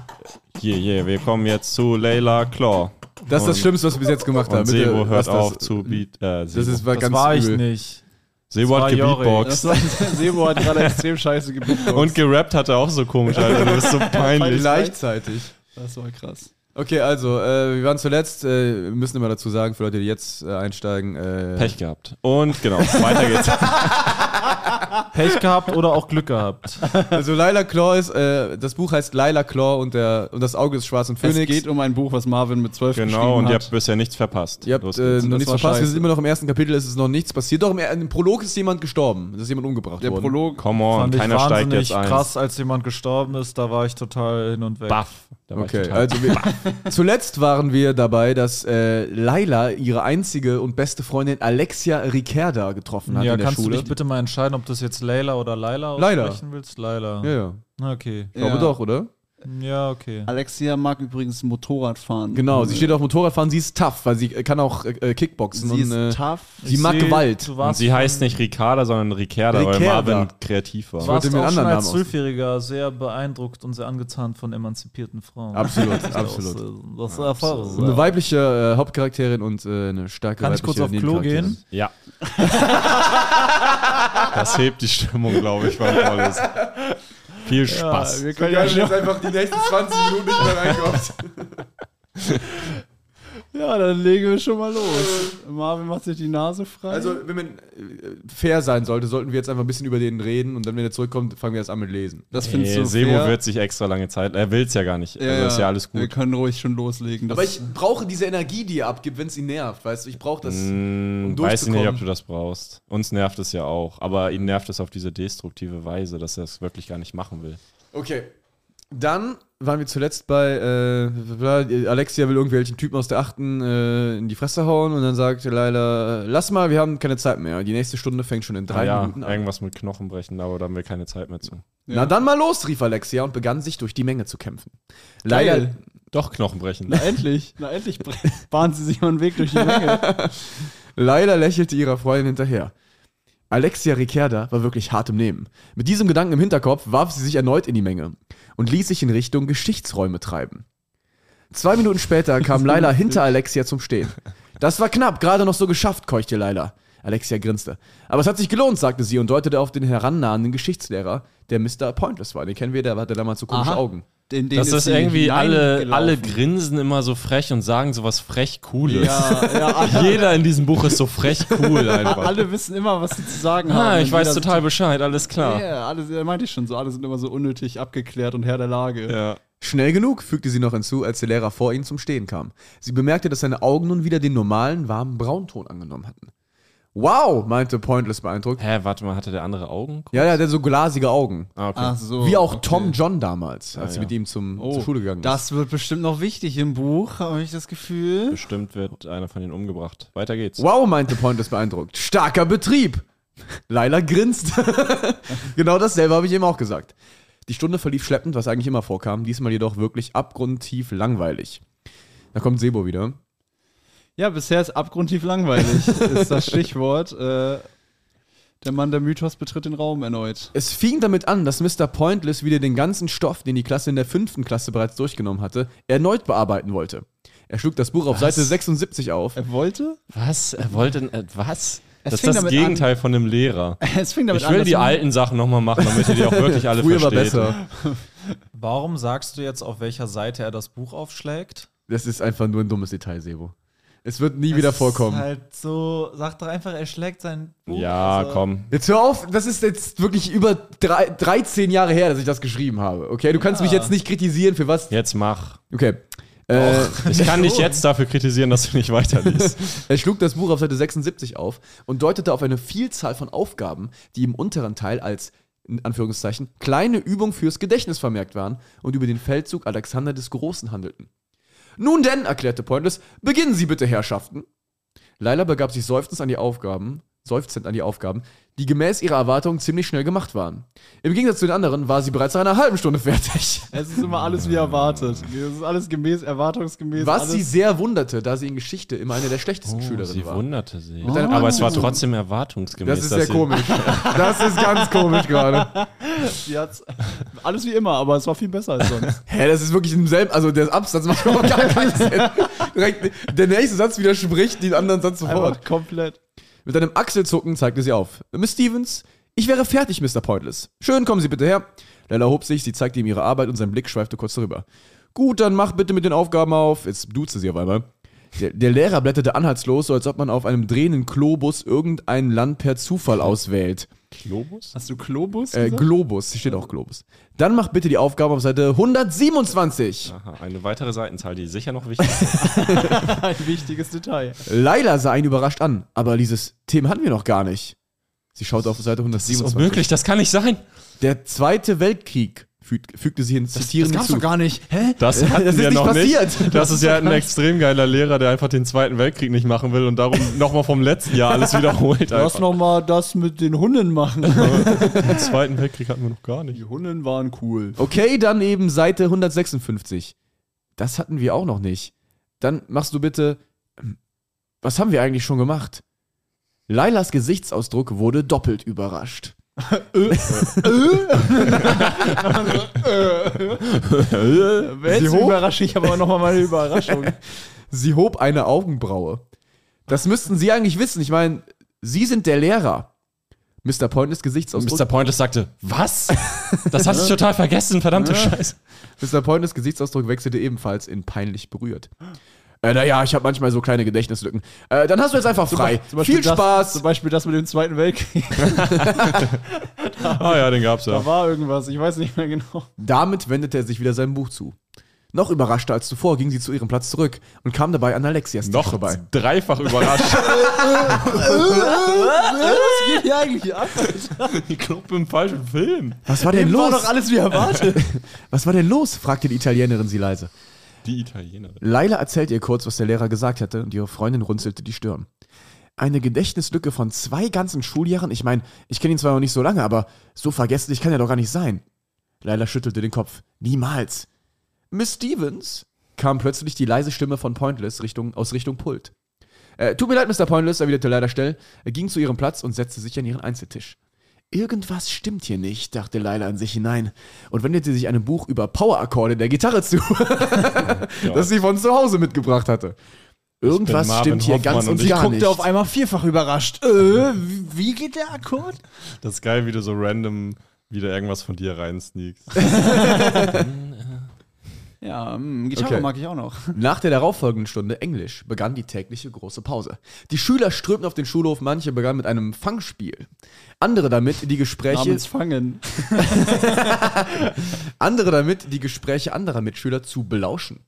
Hier, hier, wir kommen jetzt zu Layla Claw.
Das ist das
Und-
Schlimmste, was wir bis jetzt gemacht haben.
Und Sebo
lass das-
hört auf zu beat. Äh, Sebo.
Das ist war
das
ganz
war ich
übel.
nicht.
Sebo hat
war Jori.
gebeatboxt.
Sebo hat gerade extrem scheiße gebucht.
Und gerappt hat er auch so komisch, Alter. Du bist so peinlich.
Gleichzeitig.
Das war krass.
Okay, also, äh, wir waren zuletzt, äh, wir müssen immer dazu sagen, für Leute, die jetzt äh, einsteigen, äh,
Pech gehabt. Und genau, weiter geht's.
Pech gehabt oder auch Glück gehabt.
Also Lila Claw ist, äh, das Buch heißt Lila Claw und, der, und das Auge des schwarzen Phönix.
Es geht um ein Buch, was Marvin mit 12
Genau, und
geschrieben
ihr habt bisher nichts verpasst.
Ihr habt
Los
äh,
geht's.
noch
Das
nichts
war
verpasst, wir
scheiße.
sind immer noch im ersten Kapitel, es ist noch nichts passiert. Doch, im, im Prolog ist jemand gestorben, es ist jemand umgebracht
Der
worden.
Prolog.
Come on, Oh, keiner steigt jetzt ein.
krass, als jemand gestorben ist. Da war ich total hin und weg.
Baff. Da war ich
Okay,
total-
also wir, zuletzt waren wir dabei, dass äh, Laila ihre einzige und beste Freundin Alexia Ricerda getroffen hat
ja,
in der
kannst
Schule.
du dich bitte mal entscheiden, ob du das jetzt Layla oder Laila
Laila.
aussprechen willst? Laila.
ja, ja.
Na, Okay.
Ich glaube
Ja.
doch, oder?
Ja, okay.
Alexia mag übrigens Motorrad fahren.
Genau, sie steht auf Motorradfahren, sie ist tough, weil sie äh, kann auch äh, Kickboxen
Sie ist
und äh,
tough.
sie mag
seh,
Gewalt.
Du
Und
warst
sie heißt nicht Ricarda, sondern Ricarda, weil
Ricerda.
Marvin kreativ war.
Du warst
wollte mir
auch
einen
schon
anderen
als
Namen ausdenken.
Zwölfjähriger sehr beeindruckt und sehr angezahnt von emanzipierten Frauen.
Absolut,
Das ist
absolut.
aus- Das ist Erfahrung.
Eine weibliche äh, Hauptcharakterin und äh, eine starke
Kann ich kurz
weibliche
auf Klo
Nebencharakterin.
gehen?
Ja. das hebt die Stimmung, glaube ich, beim Vorlesen. Viel Spaß.
Wir können ja, schon-
einfach die nächsten 20 Minuten nicht mehr reinkommt.
ja, dann legen wir schon mal los. Marvin macht sich die Nase frei.
Also, wenn man äh, fair sein sollte, sollten wir jetzt einfach ein bisschen über den reden und dann, wenn er zurückkommt, fangen wir jetzt an mit Lesen.
das findest
Hey,
du
Sebo
fair?
wird sich extra lange Zeit. Er will es ja gar nicht. also ist ja alles
Wir
gut.
können ruhig schon loslegen. Das
Aber ich brauche diese Energie, die er abgibt, wenn es ihn nervt, weißt du? Ich brauche das.
Mm,
um
weiß ich nicht, ob
durchzukommen.
du das brauchst. Uns nervt es ja auch. Aber ihn nervt es auf diese destruktive Weise, dass er es wirklich gar nicht machen will.
Okay. Dann waren wir zuletzt bei äh, Alexia will irgendwelchen Typen aus der Achten äh, in die Fresse hauen und dann sagt Leila, lass mal, wir haben keine Zeit mehr. Die nächste Stunde fängt schon in drei
ja,
Minuten an.
irgendwas mit Knochen brechen, aber da haben wir keine Zeit mehr zu.
Na dann mal los, rief Alexia und begann sich durch die Menge zu kämpfen. Leila,
Geil.
Doch, Knochen brechen.
Na endlich, na endlich bahnen sie sich mal einen Weg durch die Menge.
Leila lächelte ihrer Freundin hinterher. Alexia Ricerda war wirklich hart im Nehmen. Mit diesem Gedanken im Hinterkopf warf sie sich erneut in die Menge und ließ sich in Richtung Geschichtsräume treiben. Zwei Minuten später kam Leila hinter Alexia zum Stehen. Das war knapp, gerade noch so geschafft, keuchte Leila. Alexia grinste. Aber es hat sich gelohnt, sagte sie und deutete auf den herannahenden Geschichtslehrer, der Mr. Pointless war. Den kennen wir, der hatte damals so komische
Aha.
Augen.
In den
Das ist
sie
irgendwie alle,
hineingelaufen.
alle grinsen immer so frech und sagen sowas frech Cooles.
Ja, ja, alle,
Jeder in diesem Buch ist so frech cool einfach.
alle wissen immer, was sie zu sagen haben.
ah, ich
Und
weiß
jeder-
total Bescheid, alles
Ja,
klar.
alle, ja, meinte ich schon so. Alle sind immer so unnötig abgeklärt und Herr der Lage.
Ja.
Schnell genug, fügte sie noch hinzu, als der Lehrer vor ihnen zum Stehen kam. Sie bemerkte, dass seine Augen nun wieder den normalen, warmen Braunton angenommen hatten. Wow, meinte Pointless beeindruckt.
Hä, warte mal, hatte der andere Augen?
Ja, der hatte so glasige Augen.
Ah, okay.
Ach so.
Wie auch
Oh, okay.
Tom John damals, als
Ja,
sie
ja.
mit ihm zum,
Oh,
zur Schule gegangen ist.
Das wird bestimmt noch wichtig im Buch, habe ich das Gefühl.
Bestimmt wird einer von ihnen umgebracht. Weiter geht's.
Wow, meinte Pointless beeindruckt. Starker Betrieb. Leila grinst. genau dasselbe habe ich ihm auch gesagt. Die Stunde verlief schleppend, was eigentlich immer vorkam, diesmal jedoch wirklich abgrundtief langweilig. Da kommt Sebo wieder.
Ja, bisher ist abgrundtief langweilig, ist das Stichwort. Äh, der Mann der Mythos betritt den Raum erneut.
Es fing damit an, dass Mr. Pointless wieder den ganzen Stoff, den die Klasse in der fünften Klasse bereits durchgenommen hatte, erneut bearbeiten wollte. Er schlug das Buch auf Seite 76 auf.
Er wollte?
Was? Er wollte. Äh, was?
Es
das
fing
ist das
damit
Gegenteil von einem Lehrer.
Es fing damit
Ich will
dass
die
man-
alten Sachen nochmal machen, damit ihr die auch wirklich alle
Früher war
versteht.
besser.
Warum sagst du jetzt, auf welcher Seite er das Buch aufschlägt?
Das ist einfach nur ein dummes Detail, Sebo. Es wird nie
Das
wieder vorkommen.
Ist halt so, sag doch einfach, er schlägt sein Buch.
Ja,
also-
komm.
Jetzt hör auf, das ist jetzt wirklich über drei, 13 Jahre her, dass ich das geschrieben habe. Okay, du kannst mich jetzt nicht kritisieren für was.
Jetzt mach.
Okay. Äh,
Ich kann dich jetzt dafür kritisieren, dass du nicht weiterliest.
er schlug das Buch auf Seite 76 auf und deutete auf eine Vielzahl von Aufgaben, die im unteren Teil als in Anführungszeichen kleine Übung fürs Gedächtnis vermerkt waren und über den Feldzug Alexander des Großen handelten. Nun denn, erklärte Pointless, beginnen Sie bitte, Herrschaften. Leila begab sich seufzend an die Aufgaben, seufzend an die Aufgaben, die gemäß ihrer Erwartungen ziemlich schnell gemacht waren. Im Gegensatz zu den anderen war sie bereits nach einer halben Stunde fertig.
Es ist immer alles wie erwartet.
Ah.
Es ist alles gemäß, erwartungsgemäß.
Was
alles
sie sehr wunderte, da sie in Geschichte immer eine der
Oh,
schlechtesten Schülerinnen
Oh, sie
war.
wunderte sich.
Oh.
Aber es war trotzdem erwartungsgemäß.
Das ist
dass
sehr
sie-
komisch. Das ist ganz komisch gerade.
Sie hat's, alles wie immer, aber es war viel besser als sonst.
Hä, das ist wirklich im selben, also der Absatz macht überhaupt gar keinen Sinn. Direkt, der nächste Satz widerspricht den anderen Satz
Einfach
sofort.
komplett.
Mit einem Achselzucken zeigte sie auf. Miss Stevens, ich wäre fertig, Mr. Pointless. Schön, kommen Sie bitte her. Lella hob sich, sie zeigte ihm ihre Arbeit und sein Blick schweifte kurz darüber. Gut, dann mach bitte mit den Aufgaben auf. Jetzt duzte sie auf einmal. Der, der Lehrer blätterte anhaltslos, so als ob man auf einem drehenden Globus irgendein Land per Zufall auswählt.
Globus?
Hast du Globus?
Äh,
gesagt?
Globus, hier steht auch Globus. Dann mach bitte die Aufgabe auf Seite 127.
Aha, eine weitere Seitenzahl, die sicher noch wichtig ist.
Ein wichtiges Detail.
Laila sah ihn überrascht an, aber dieses Thema hatten wir noch gar nicht. Sie schaute auf Seite
Das ist
127.
unmöglich, das kann nicht sein.
Der Zweite Weltkrieg, füg- fügte sie hin, zitieren hinzu.
gar nicht. Hä?
Das, hatten
Das ist
wir
nicht
noch
passiert.
nicht. Das ist ja ein extrem geiler Lehrer, der einfach den Zweiten Weltkrieg nicht machen will und darum nochmal vom letzten Jahr alles wiederholt.
Lass
Einfach.
nochmal das mit den Hunden machen.
Den Zweiten Weltkrieg hatten wir noch gar nicht.
Die Hunden waren cool.
Okay, dann eben Seite 156. Das hatten wir auch noch nicht. Dann machst du bitte. ähm, Was haben wir eigentlich schon gemacht? Lailas Gesichtsausdruck wurde doppelt überrascht.
Jetzt überrasche ich aber nochmal meine Überraschung.
Sie hob eine Augenbraue. Das müssten Sie eigentlich wissen. Ich meine, Sie sind der Lehrer. Mr. Pointless Gesichtsausdruck.
Mr. Pointless sagte, was? Das hatte ich total vergessen, verdammte Scheiße.
Mr. Pointes Gesichtsausdruck wechselte ebenfalls in peinlich berührt. Äh, naja, ich habe manchmal so kleine Gedächtnislücken. Äh, dann hast du jetzt einfach frei. Viel
Das,
Spaß.
zum Beispiel das mit dem Zweiten Weltkrieg.
Ah ja, den gab's ja.
Da war irgendwas, ich weiß nicht mehr genau.
Damit wendete er sich wieder seinem Buch zu. Noch überraschter als zuvor ging sie zu ihrem Platz zurück und kam dabei an Alexias Tisch
Noch
vorbei.
dreifach überrascht.
Was geht hier eigentlich ab?
Die Gruppe im falschen Film.
Was war denn
War
los?
doch alles wie erwartet.
Was war denn los? fragte die Italienerin sie leise.
Die Italienerin.
Laila erzählte ihr kurz, was der Lehrer gesagt hatte, und ihre Freundin runzelte die Stirn. Eine Gedächtnislücke von zwei ganzen Schuljahren? Ich meine, ich kenne ihn zwar noch nicht so lange, aber so vergesslich kann er doch gar nicht sein. Laila schüttelte den Kopf. Niemals. Miss Stevens? kam plötzlich die leise Stimme von Pointless Richtung, aus Richtung Pult. Äh, tut mir leid, Mr. Pointless, erwiderte Laila schnell, er ging zu ihrem Platz und setzte sich an ihren Einzeltisch. Irgendwas stimmt hier nicht, dachte Laila an sich hinein und wendete sich einem Buch über Powerakkorde der Gitarre zu. das sie von zu Hause mitgebracht hatte. Irgendwas
Marvin
stimmt hier
Hoffmann
ganz
und
und
ich
gar nicht.
einmal vierfach überrascht. Äh, wie geht der Akkord?
Das ist geil, wie du so random wieder irgendwas von dir reinsneakst.
Ja, mm, Gitarre
Okay.
mag ich auch noch.
Nach der darauffolgenden Stunde Englisch begann die tägliche große Pause. Die Schüler strömten auf den Schulhof, manche begannen mit einem Fangspiel, andere damit die Gespräche,
Namens Fangen.
andere damit die Gespräche anderer Mitschüler zu belauschen.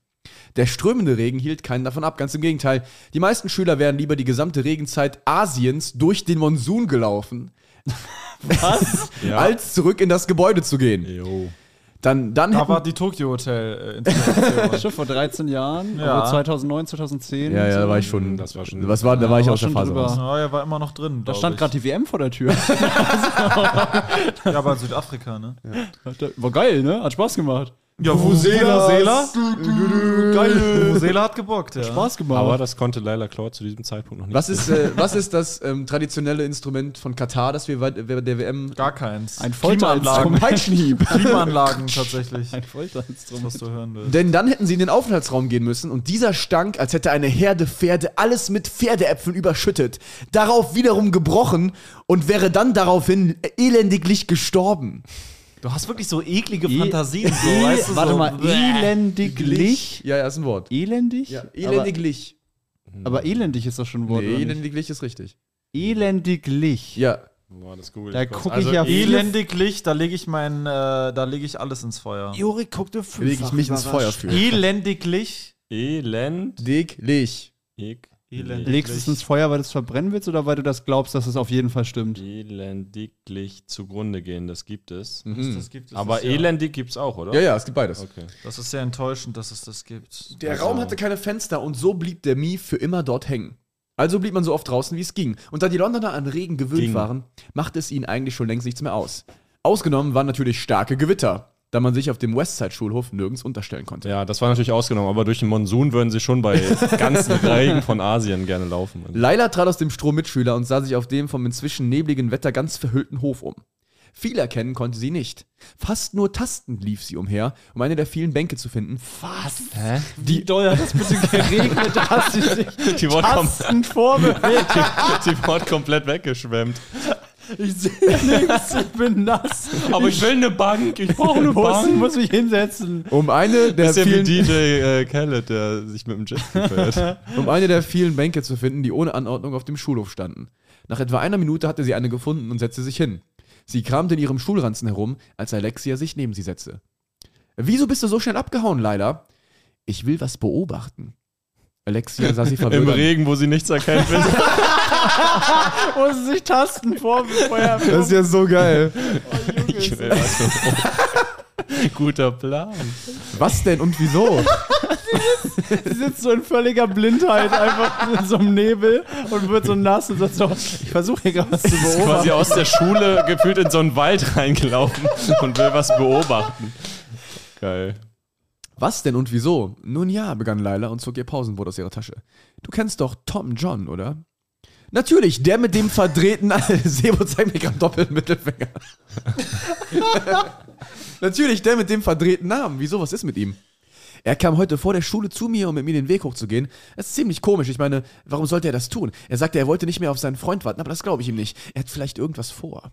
Der strömende Regen hielt keinen davon ab, ganz im Gegenteil. Die meisten Schüler wären lieber die gesamte Regenzeit Asiens durch den Monsun gelaufen,
Was?
Ja.
als zurück in das Gebäude zu gehen.
Jo.
Dann, dann
Da
hätten
war die Tokyo Hotel. äh,
Schon vor 13 Jahren,
Ja.
also 2009, 2010.
Ja, ja, da war ich schon.
Das war schon-
Was war, da war
Ja,
ich
war
aus der
schon
Phase
drüber.
raus.
Oh, er war immer noch drin.
Da stand gerade die WM vor der Tür.
Ja, aber in Südafrika, ne?
War geil, ne? Hat Spaß gemacht.
Ja, Vuvuzela. Vuvuzela. Vuvuzela hat gebockt, ja.
Spaß gemacht.
Aber das konnte Leila Claw zu diesem Zeitpunkt noch nicht.
Was ist, äh, was ist das ähm, traditionelle Instrument von Katar, das wir bei bei der WM.
Gar keins.
ein
Klimaanlagen.
Folterinstrument.
Peitschenhieb.
Klimaanlagen tatsächlich.
Ein Folterinstrument.
Was du hören willst.
Denn dann hätten sie in den Aufenthaltsraum gehen müssen und dieser stank, als hätte eine Herde Pferde alles mit Pferdeäpfeln überschüttet, darauf wiederum gebrochen und wäre dann daraufhin äh, elendiglich gestorben.
Du hast wirklich so eklige
E-
Fantasien. So,
E-
weißt du,
warte
so,
mal, elendiglich.
Ja, ja, ist ein Wort.
Elendig?
Ja, elendiglich.
Aber, aber elendig ist doch schon ein Wort.
Nee,
oder nicht?
elendiglich ist richtig.
Elendiglich.
Ja.
Boah, das google
Da
kurz.
guck ich ja viel-
Elendiglich, da lege ich mein, äh, da lege ich alles ins Feuer.
Jorik guckte
Lege ich mich ins Feuer für.
Elendiglich.
Elend.
Diglich.
Ich.
Elendig.
Legst du es ins Feuer, weil du es verbrennen willst oder weil du das glaubst, dass es auf jeden Fall stimmt?
Elendiglich zugrunde gehen, das gibt es.
Mhm.
Das gibt es
Aber
ja.
elendig gibt's auch, oder?
Ja, ja, es gibt beides.
Okay.
Das ist sehr enttäuschend, dass es das gibt.
Also
Der Raum hatte keine Fenster und so blieb der Mii für immer dort hängen. Also blieb man so oft draußen, wie es ging. Und da die Londoner an Regen gewöhnt
Ging.
waren, machte es ihnen eigentlich schon längst nichts mehr aus. Ausgenommen waren natürlich starke Gewitter, da man sich auf dem Westside-Schulhof nirgends unterstellen konnte.
Ja, das war natürlich ausgenommen, aber durch den Monsun würden sie schon bei ganzen Reigen von Asien gerne laufen.
Laila trat aus dem Strom Mitschüler und sah sich auf dem vom inzwischen nebligen Wetter ganz verhüllten Hof um. Viel erkennen konnte sie nicht. Fast nur tastend lief sie umher, um eine der vielen Bänke zu finden. Was? Hä? Die
Doll hat das ein bisschen geregnet, da hast du dich
Die wurde, kom
tastend vorbewegt.
die wurde komplett weggeschwemmt.
Ich sehe nichts, ich bin nass.
Aber ich will eine Bank, ich brauche
Ich muss, muss mich hinsetzen.
Um eine der
Bisschen
vielen
wie DJ äh, Khaled, der sich mit dem Jet fährt.
um eine der vielen Bänke zu finden, die ohne Anordnung auf dem Schulhof standen. Nach etwa einer Minute hatte sie eine gefunden und setzte sich hin. Sie kramte in ihrem Schulranzen herum, als Alexia sich neben sie setzte. Wieso bist du so schnell abgehauen, Leila? Ich will was beobachten. Alexia sah sie
Im
verwirrt.
Regen, wo sie nichts erkennt. Wird.
Muss sie sich tasten vor, bevor er
Das ist ja so geil.
Ich will was- Guter Plan.
Was denn und wieso?
Sie sitzt so in völliger Blindheit einfach in so einem Nebel und wird so nass und sagt so, ich versuche hier gerade was zu
Ist quasi
beobachten.
aus der Schule gefühlt in so einen Wald reingelaufen und will was beobachten. Geil.
Was denn und wieso? Nun ja, begann Leila und zog ihr Pausenbrot aus ihrer Tasche. Du kennst doch Tom John, oder? Natürlich, der mit dem verdrehten Sebo zeigt mir gerade doppelten Mittelfinger. Natürlich, der mit dem verdrehten Namen. Wieso, was ist mit ihm? Er kam heute vor der Schule zu mir, um mit mir den Weg hochzugehen. Das ist ziemlich komisch. Ich meine, warum sollte er das tun? Er sagte, er wollte nicht mehr auf seinen Freund warten, aber das glaube ich ihm nicht. Er hat vielleicht irgendwas vor.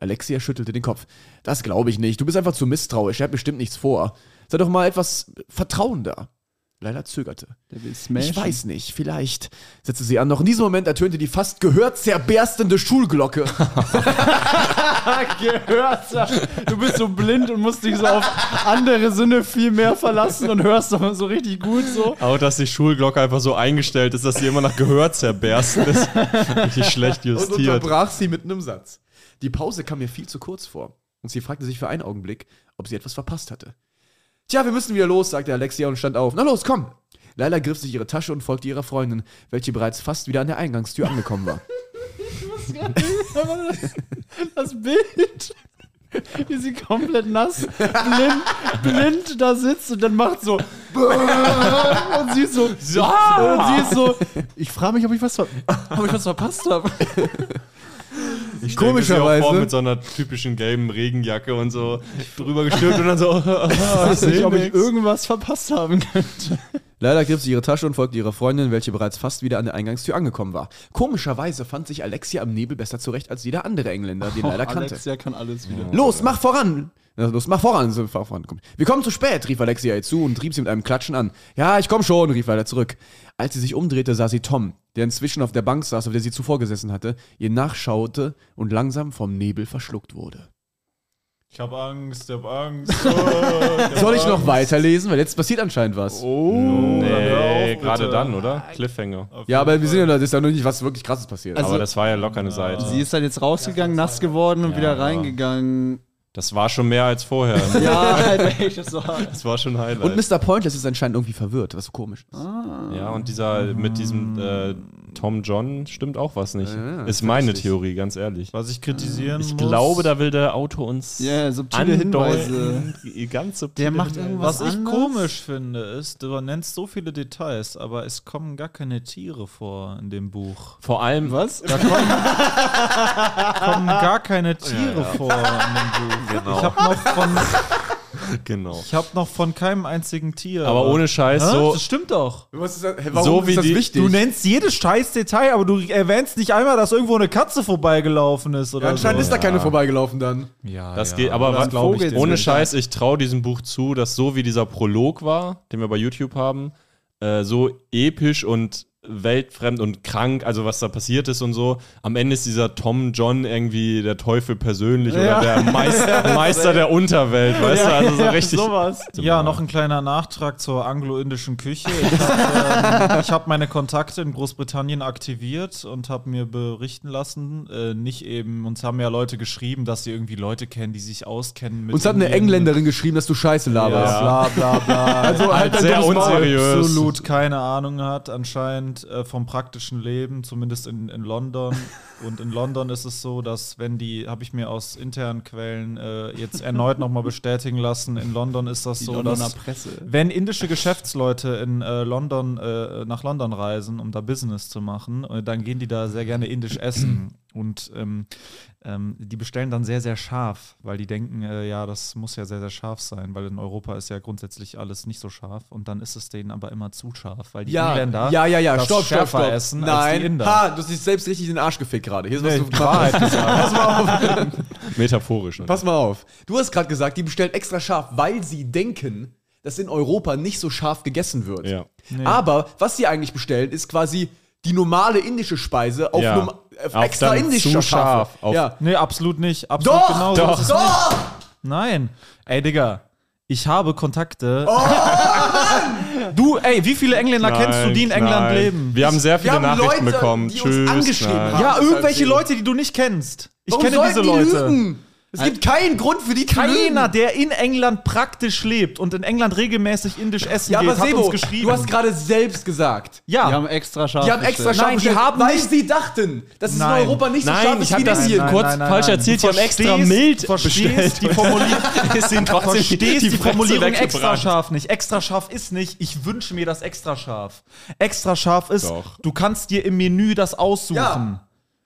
Alexia schüttelte den Kopf. Das glaube ich nicht. Du bist einfach zu misstrauisch. Er hat bestimmt nichts vor. Sei doch mal etwas vertrauender. Leila zögerte. Ich weiß nicht, vielleicht, setzte sie an. Noch in diesem Moment ertönte die fast gehört zerberstende Schulglocke.
gehört. Du bist so blind und musst dich so auf andere Sinne viel mehr verlassen und hörst doch so richtig gut so.
Auch, dass die Schulglocke einfach so eingestellt ist, dass sie immer nach Gehör zerbersten ist. Richtig schlecht justiert.
sie mit einem Satz. Die Pause kam mir viel zu kurz vor und sie fragte sich für einen Augenblick, ob sie etwas verpasst hatte. Tja, wir müssen wieder los, sagte Alexia und stand auf. Na los, komm! Leila griff sich ihre Tasche und folgte ihrer Freundin, welche bereits fast wieder an der Eingangstür angekommen war.
Das Bild, wie sie komplett nass, blind, blind da sitzt und dann macht so und sie ist so, und sie ist so, ich frage mich, ob ich was, ver ob ich was verpasst habe.
Ich stell mir sie auch
Komischerweise-
Vor, mit so einer typischen gelben Regenjacke und so drüber gestülpt und dann so. ich
Ah,
Ich weiß nicht, ob ich
nix.
irgendwas verpasst haben kann.
Leila griff sie ihre Tasche und folgte ihrer Freundin, welche bereits fast wieder an der Eingangstür angekommen war. Komischerweise fand sich Alexia im Nebel besser zurecht als jeder andere Engländer, den Leila kannte.
Oh, Alexia kann alles wieder.
Los, mach voran! Ja, Los, mach voran, so, fahr voran. Komm. Wir kommen zu spät, rief Alexia ihr zu und trieb sie mit einem Klatschen an. Ja, ich komm schon, rief Leila zurück. Als sie sich umdrehte, sah sie Tom, der inzwischen auf der Bank saß, auf der sie zuvor gesessen hatte, ihr nachschaute und langsam vom Nebel verschluckt wurde.
Ich hab Angst, ich hab Angst.
Soll ich noch weiterlesen? Weil jetzt passiert anscheinend was.
nee, gerade dann, oder? Cliffhanger.
ja, aber wir sind ja, das ist ja noch nicht was wirklich krasses passiert.
Aber das war ja locker eine Seite.
Sie Also, ist dann jetzt rausgegangen, nass geworden und wieder reingegangen.
Das war schon mehr als vorher.
Ja, Alter, echt, das war.
Das war schon Highlight.
und Mr. Pointless ist anscheinend irgendwie verwirrt, was so komisch ist.
ja, und dieser mit diesem äh, Tom John stimmt auch was nicht. ist meine Theorie, ganz ehrlich.
Was ich kritisieren
Ich
muss.
glaube, da will der Autor uns
Ja, subtile Hinweise.
andeuten. Ganz subtil.
Der macht irgendwas
Was ich
anders.
komisch finde, ist, du nennst so viele Details, aber es kommen gar keine Tiere vor in dem Buch.
Vor allem, was?
Kommen gar keine Tiere vor in dem Buch. Ich habe noch, von-
Genau.
ich hab noch von keinem einzigen Tier.
Aber ohne Scheiß,
Hä?
so,
Das stimmt doch.
so wie die.
Du ne- nennst jedes scheiß Detail, aber du erwähnst nicht einmal, dass irgendwo eine Katze vorbeigelaufen ist oder
Anscheinend ist
so.
da keine vorbeigelaufen dann.
Ja,
Das geht, aber was,
glaub ich
Vogel-
dir.
ohne Scheiß, ich traue diesem Buch zu, dass so wie dieser Prolog war, den wir bei YouTube haben, äh, so episch und weltfremd und krank, also was da passiert ist und so. Am Ende ist dieser Tom John irgendwie der Teufel persönlich oder der Meister, Meister der Unterwelt, weißt du? Also so richtig.
Sowas.
Ja, noch ein kleiner Nachtrag zur anglo-indischen Küche. Ich habe ähm, ich hab meine Kontakte in Großbritannien aktiviert und habe mir berichten lassen, äh, nicht eben, uns haben ja Leute geschrieben, dass sie irgendwie Leute kennen, die sich auskennen mit.
Uns hat eine
Indien.
Engländerin geschrieben, dass du Scheiße laberst.
Ja.
Bla bla bla.
Also halt dein
sehr
dummes Maul.
unseriös.
absolut keine Ahnung hat, anscheinend äh, vom praktischen Leben, zumindest in, in London. Und in London ist es so, dass wenn die, habe ich mir aus internen Quellen äh, jetzt erneut nochmal bestätigen lassen, in London ist das so, dass
Presse.
wenn indische Geschäftsleute in äh, London äh, nach London reisen, um da Business zu machen, äh, dann gehen die da sehr gerne indisch essen. Und ähm, ähm, die bestellen dann sehr, sehr scharf, weil die denken, äh, ja, das muss ja sehr, sehr scharf sein, weil in Europa ist ja grundsätzlich alles nicht so scharf. Und dann ist es denen aber immer zu scharf, weil die
Ja,
Engländer
ja, ja, ja,
das
stopp, stopp,
schärfer
stopp.
essen als die
Nein,
Inder.
ha, du hast dich selbst richtig in den Arsch gefickt gerade. Hier ist was
Nee,
du
Wahrheit gesagt.
Pass mal auf.
Metaphorisch.
Pass mal auf. Du hast gerade gesagt, die bestellen extra scharf, weil sie denken, dass in Europa nicht so scharf gegessen wird.
Ja.
Nee.
Aber was sie eigentlich bestellen, ist quasi die normale indische Speise auf
Ja.
einem auf
Auf
extra
dann
indischer
zu
Schafe.
scharf. Auf-
ja.
Nee, absolut nicht. Absolut
Doch,
genau so
doch,
ist es
doch!
Nein. Ey, Digga, ich habe Kontakte.
Oh,
du, ey, wie viele Engländer kennst du, die in
Nein,
England
nein.
leben?
Wir haben sehr viele
haben
Nachrichten
Leute,
bekommen.
die uns
Tschüss.
angeschrieben
nein.
haben.
ja,
deshalb
irgendwelche
sehen.
Leute, die du nicht kennst. Ich
Warum
kenne diese
sollten die
Leute.
Lügen? Es gibt keinen Grund für die zu
Keiner,
lügen.
der in England praktisch lebt und in England regelmäßig indisch essen
Ja, aber
geht, hat
Sebo,
uns geschrieben.
du hast gerade selbst gesagt.
ja,
Die haben extra scharf.
Die haben extra scharf
Nein, die
bestellt,
haben
weil
nicht-
sie dachten, dass es
Nein.
in Europa nicht so scharf
Nein,
ist
ich
wie
habe das
in
hier
Indien.
Nein,
kurz
nein, nein,
falsch
nein.
erzählt.
Du
Die haben extra
verstehst-
mild
verstehst
bestellt.
die
Die sind trotzdem
verstehst die,
Fratze
Formulierung extra
weggebrannt.
scharf nicht. Extra scharf ist nicht, ich wünsche mir das extra scharf. Extra scharf ist,
Doch.
du kannst dir im Menü das aussuchen.
Ja.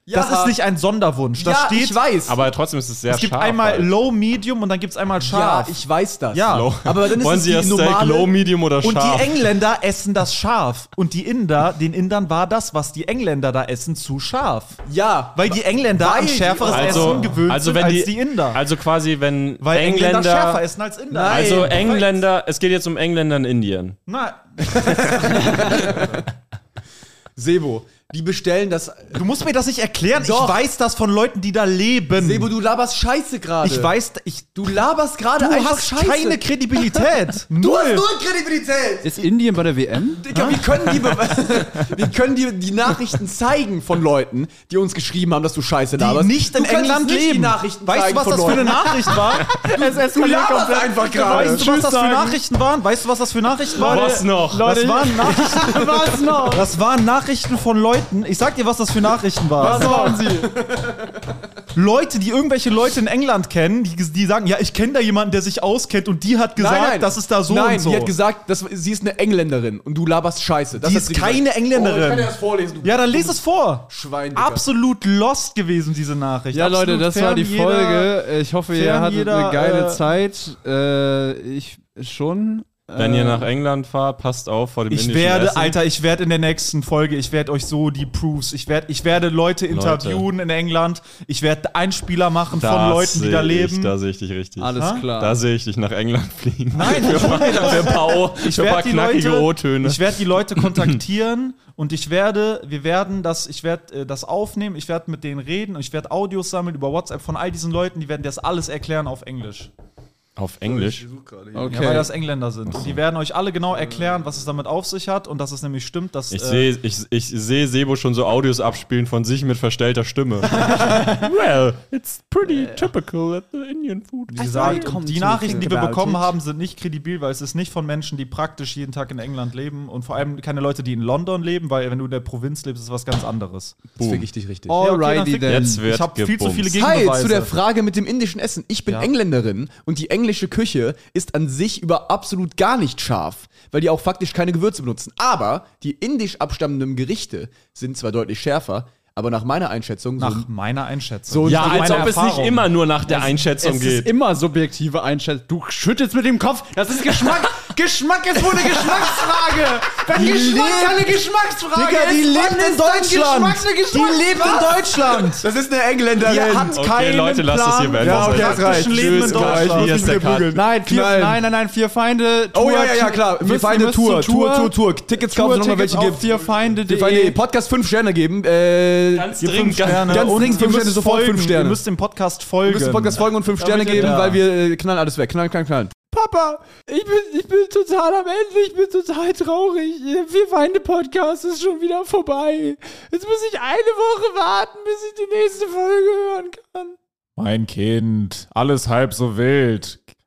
Das
Ja.
ist nicht ein Sonderwunsch. Das
ja,
steht,
ich weiß.
Aber trotzdem ist es sehr
es gibt
scharf.
einmal
halt.
Low, Medium und dann gibt es einmal
ja,
scharf.
ich weiß das.
Ja. Low-
Aber dann ist
Wollen
es
Sie
die
Ihr Steak
normale...
Low, Medium oder
und
scharf?
die Engländer essen das scharf. Und die Inder, den Indern war das, was die Engländer da essen, zu scharf.
ja,
Weil die Engländer
Weil
an
die-
schärferes
also,
Essen gewöhnt
also
sind
wenn
als
die,
die, Inder.
Also quasi, wenn
weil Engländer, schärfer
Engländer.
essen als Inder.
Nein.
Also
Perfekt.
Engländer, es geht jetzt um Engländer in Indien.
Nein.
Sebo, die bestellen das...
Du musst mir das nicht erklären.
Doch.
Ich weiß das von Leuten, die da leben.
Sebo, du laberst Scheiße gerade.
ich weiß, ich,
Du laberst gerade
du
einfach
hast
Scheiße.
keine Kredibilität.
du
Null.
hast null Kredibilität.
Ist Indien bei der WM?
Digga,
Ah.
wir können, die, Be- wir können dir die Nachrichten zeigen von Leuten, die uns geschrieben haben, dass du Scheiße
die
laberst.
nicht in
du kannst
England
nicht Die
leben.
Nachrichten
Weißt du,
zeigen
was
von
das für eine
Leuten.
Nachricht war? es
Du
eskaliert
laberst
komplett.
einfach
Weißt
gerade.
du, was das für Nachrichten waren? Weißt du, was das für Nachrichten waren?
Was noch?
das waren Nachrichten.
Was noch?
Das waren Nachrichten von Leuten. Ich sag dir, was das für Nachrichten waren. Genau.
Was waren sie?
Leute, die irgendwelche Leute in England kennen, die, die sagen, ja, ich kenne da jemanden, der sich auskennt und die hat gesagt, das ist da so
Nein,
und so.
die hat gesagt, das, sie ist eine Engländerin und du laberst Scheiße. Das
Die
hat
ist
sie gesagt.
keine Engländerin.
Oh, ich kann dir das vorlesen, du
ja, dann lese es vor.
Schwein, Digga.
Absolut lost gewesen, diese Nachricht.
Ja,
Absolut
Leute, das war
fern
die
jeder-
Folge. Ich hoffe, ihr
fern
hattet
jeder,
eine geile
äh,
Zeit. Äh, ich schon.
Wenn
Äh,
ihr nach England fahrt, passt auf vor dem
Ich
indischen
werde,
Essen.
Alter, ich werde in der nächsten Folge, ich werde euch so die Proofs, ich werde, ich werde Leute interviewen in England, ich werde Einspieler machen von
Das
Leuten, die da
seh
leben.
Ich, da sehe ich dich richtig.
Alles
Ha?
klar.
Da sehe ich dich nach England fliegen.
Nein, ich hol mir das.
Für ein paar, O-
Ich
für ein paar
werde die
knackige
Leute,
O-Töne.
ich werde die Leute kontaktieren und ich werde, wir werden das, ich werde äh, das aufnehmen, ich werde mit denen reden und ich werde Audios sammeln über WhatsApp von all diesen Leuten, die werden das alles erklären auf Englisch.
Auf Englisch.
Ja, weil
Okay.
das Engländer sind. Und die werden euch alle genau erklären, was es damit auf sich hat und dass es nämlich stimmt, dass
Ich
äh,
sehe ich, ich seh Sebo schon so Audios abspielen von sich mit verstellter Stimme. well, it's pretty typical at the Indian food.
die, sagen,
Willkommen
die
zu
Nachrichten, die wir
Think About
bekommen
It.
haben, sind nicht kredibil, weil es ist nicht von Menschen, die praktisch jeden Tag in England leben und vor allem keine Leute, die in London leben, weil wenn du in der Provinz lebst, ist was ganz anderes.
Jetzt fick ich dich richtig.
Ja, okay,
Alrighty
dann
then.
Jetzt wird
ich habe viel zu
gebumst.
viele
Hi,
Gegenbeweise.
zu der Frage mit dem indischen Essen. Ich bin
Ja.
Engländerin und die englische Küche ist an sich über absolut gar nicht scharf, weil die auch faktisch keine Gewürze benutzen. Aber die indisch abstammenden Gerichte sind zwar deutlich schärfer, aber nach meiner Einschätzung so
Nach meiner Einschätzung.
So
Ja,
Nach
als
meiner
ob es nicht
Erfahrung.
immer nur nach der Einschätzung
Es ist
geht.
immer subjektive Einschätzung. Du schüttelst mit dem Kopf. Das ist Geschmack. Geschmack ist wohl eine Geschmacksfrage. Wenn Geschmack eine Geschmacksfrage
Digga, die
ist,
lebt
dann
in
ist dein
Deutschland.
Geschmack eine
Die lebt in Deutschland.
Das ist eine Engländerin.
Ihr habt
Okay,
keinen
Leute,
Plan
lasst es hier werden.
Ja,
Lasst
okay,
es
das
hier
reicht.
werden.
Leben in
Tschüss, gleich.
Deutschland.
Hier ist der Cut.
Nein, vier,
Knallen.
nein, nein, nein, vier Feinde.
Oh
Tour,
ja, ja, ja,
Tour.
klar. Vier
Müssen-
Feinde
müssen
Tour,
zur
Tour, Tour, Tour. Tickets kaufen, solange
Tour-Tickets
welche
auf
gibt.
Vierfeinde.de.
Feinde, Podcast 5 Sterne geben. Äh,
Ganz
ihr
dringend, ganz-
Sterne.
Ganz
ne, Und
dringend,
ihr
fünf
müsst
Sterne, sofort
folgen.
fünf Sterne.
Ihr müsst dem Podcast folgen.
müsst dem Podcast folgen und 5 Sterne
Damit ihr
geben,
da-
weil wir äh, knallen alles weg. Knallen, knallen, knallen.
Papa, ich bin, ich bin total am Ende, ich bin total traurig. Der Vier Feinde Podcast ist schon wieder vorbei. Jetzt muss ich eine Woche warten, bis ich die nächste Folge hören kann.
Mein Kind, alles halb so wild.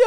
ja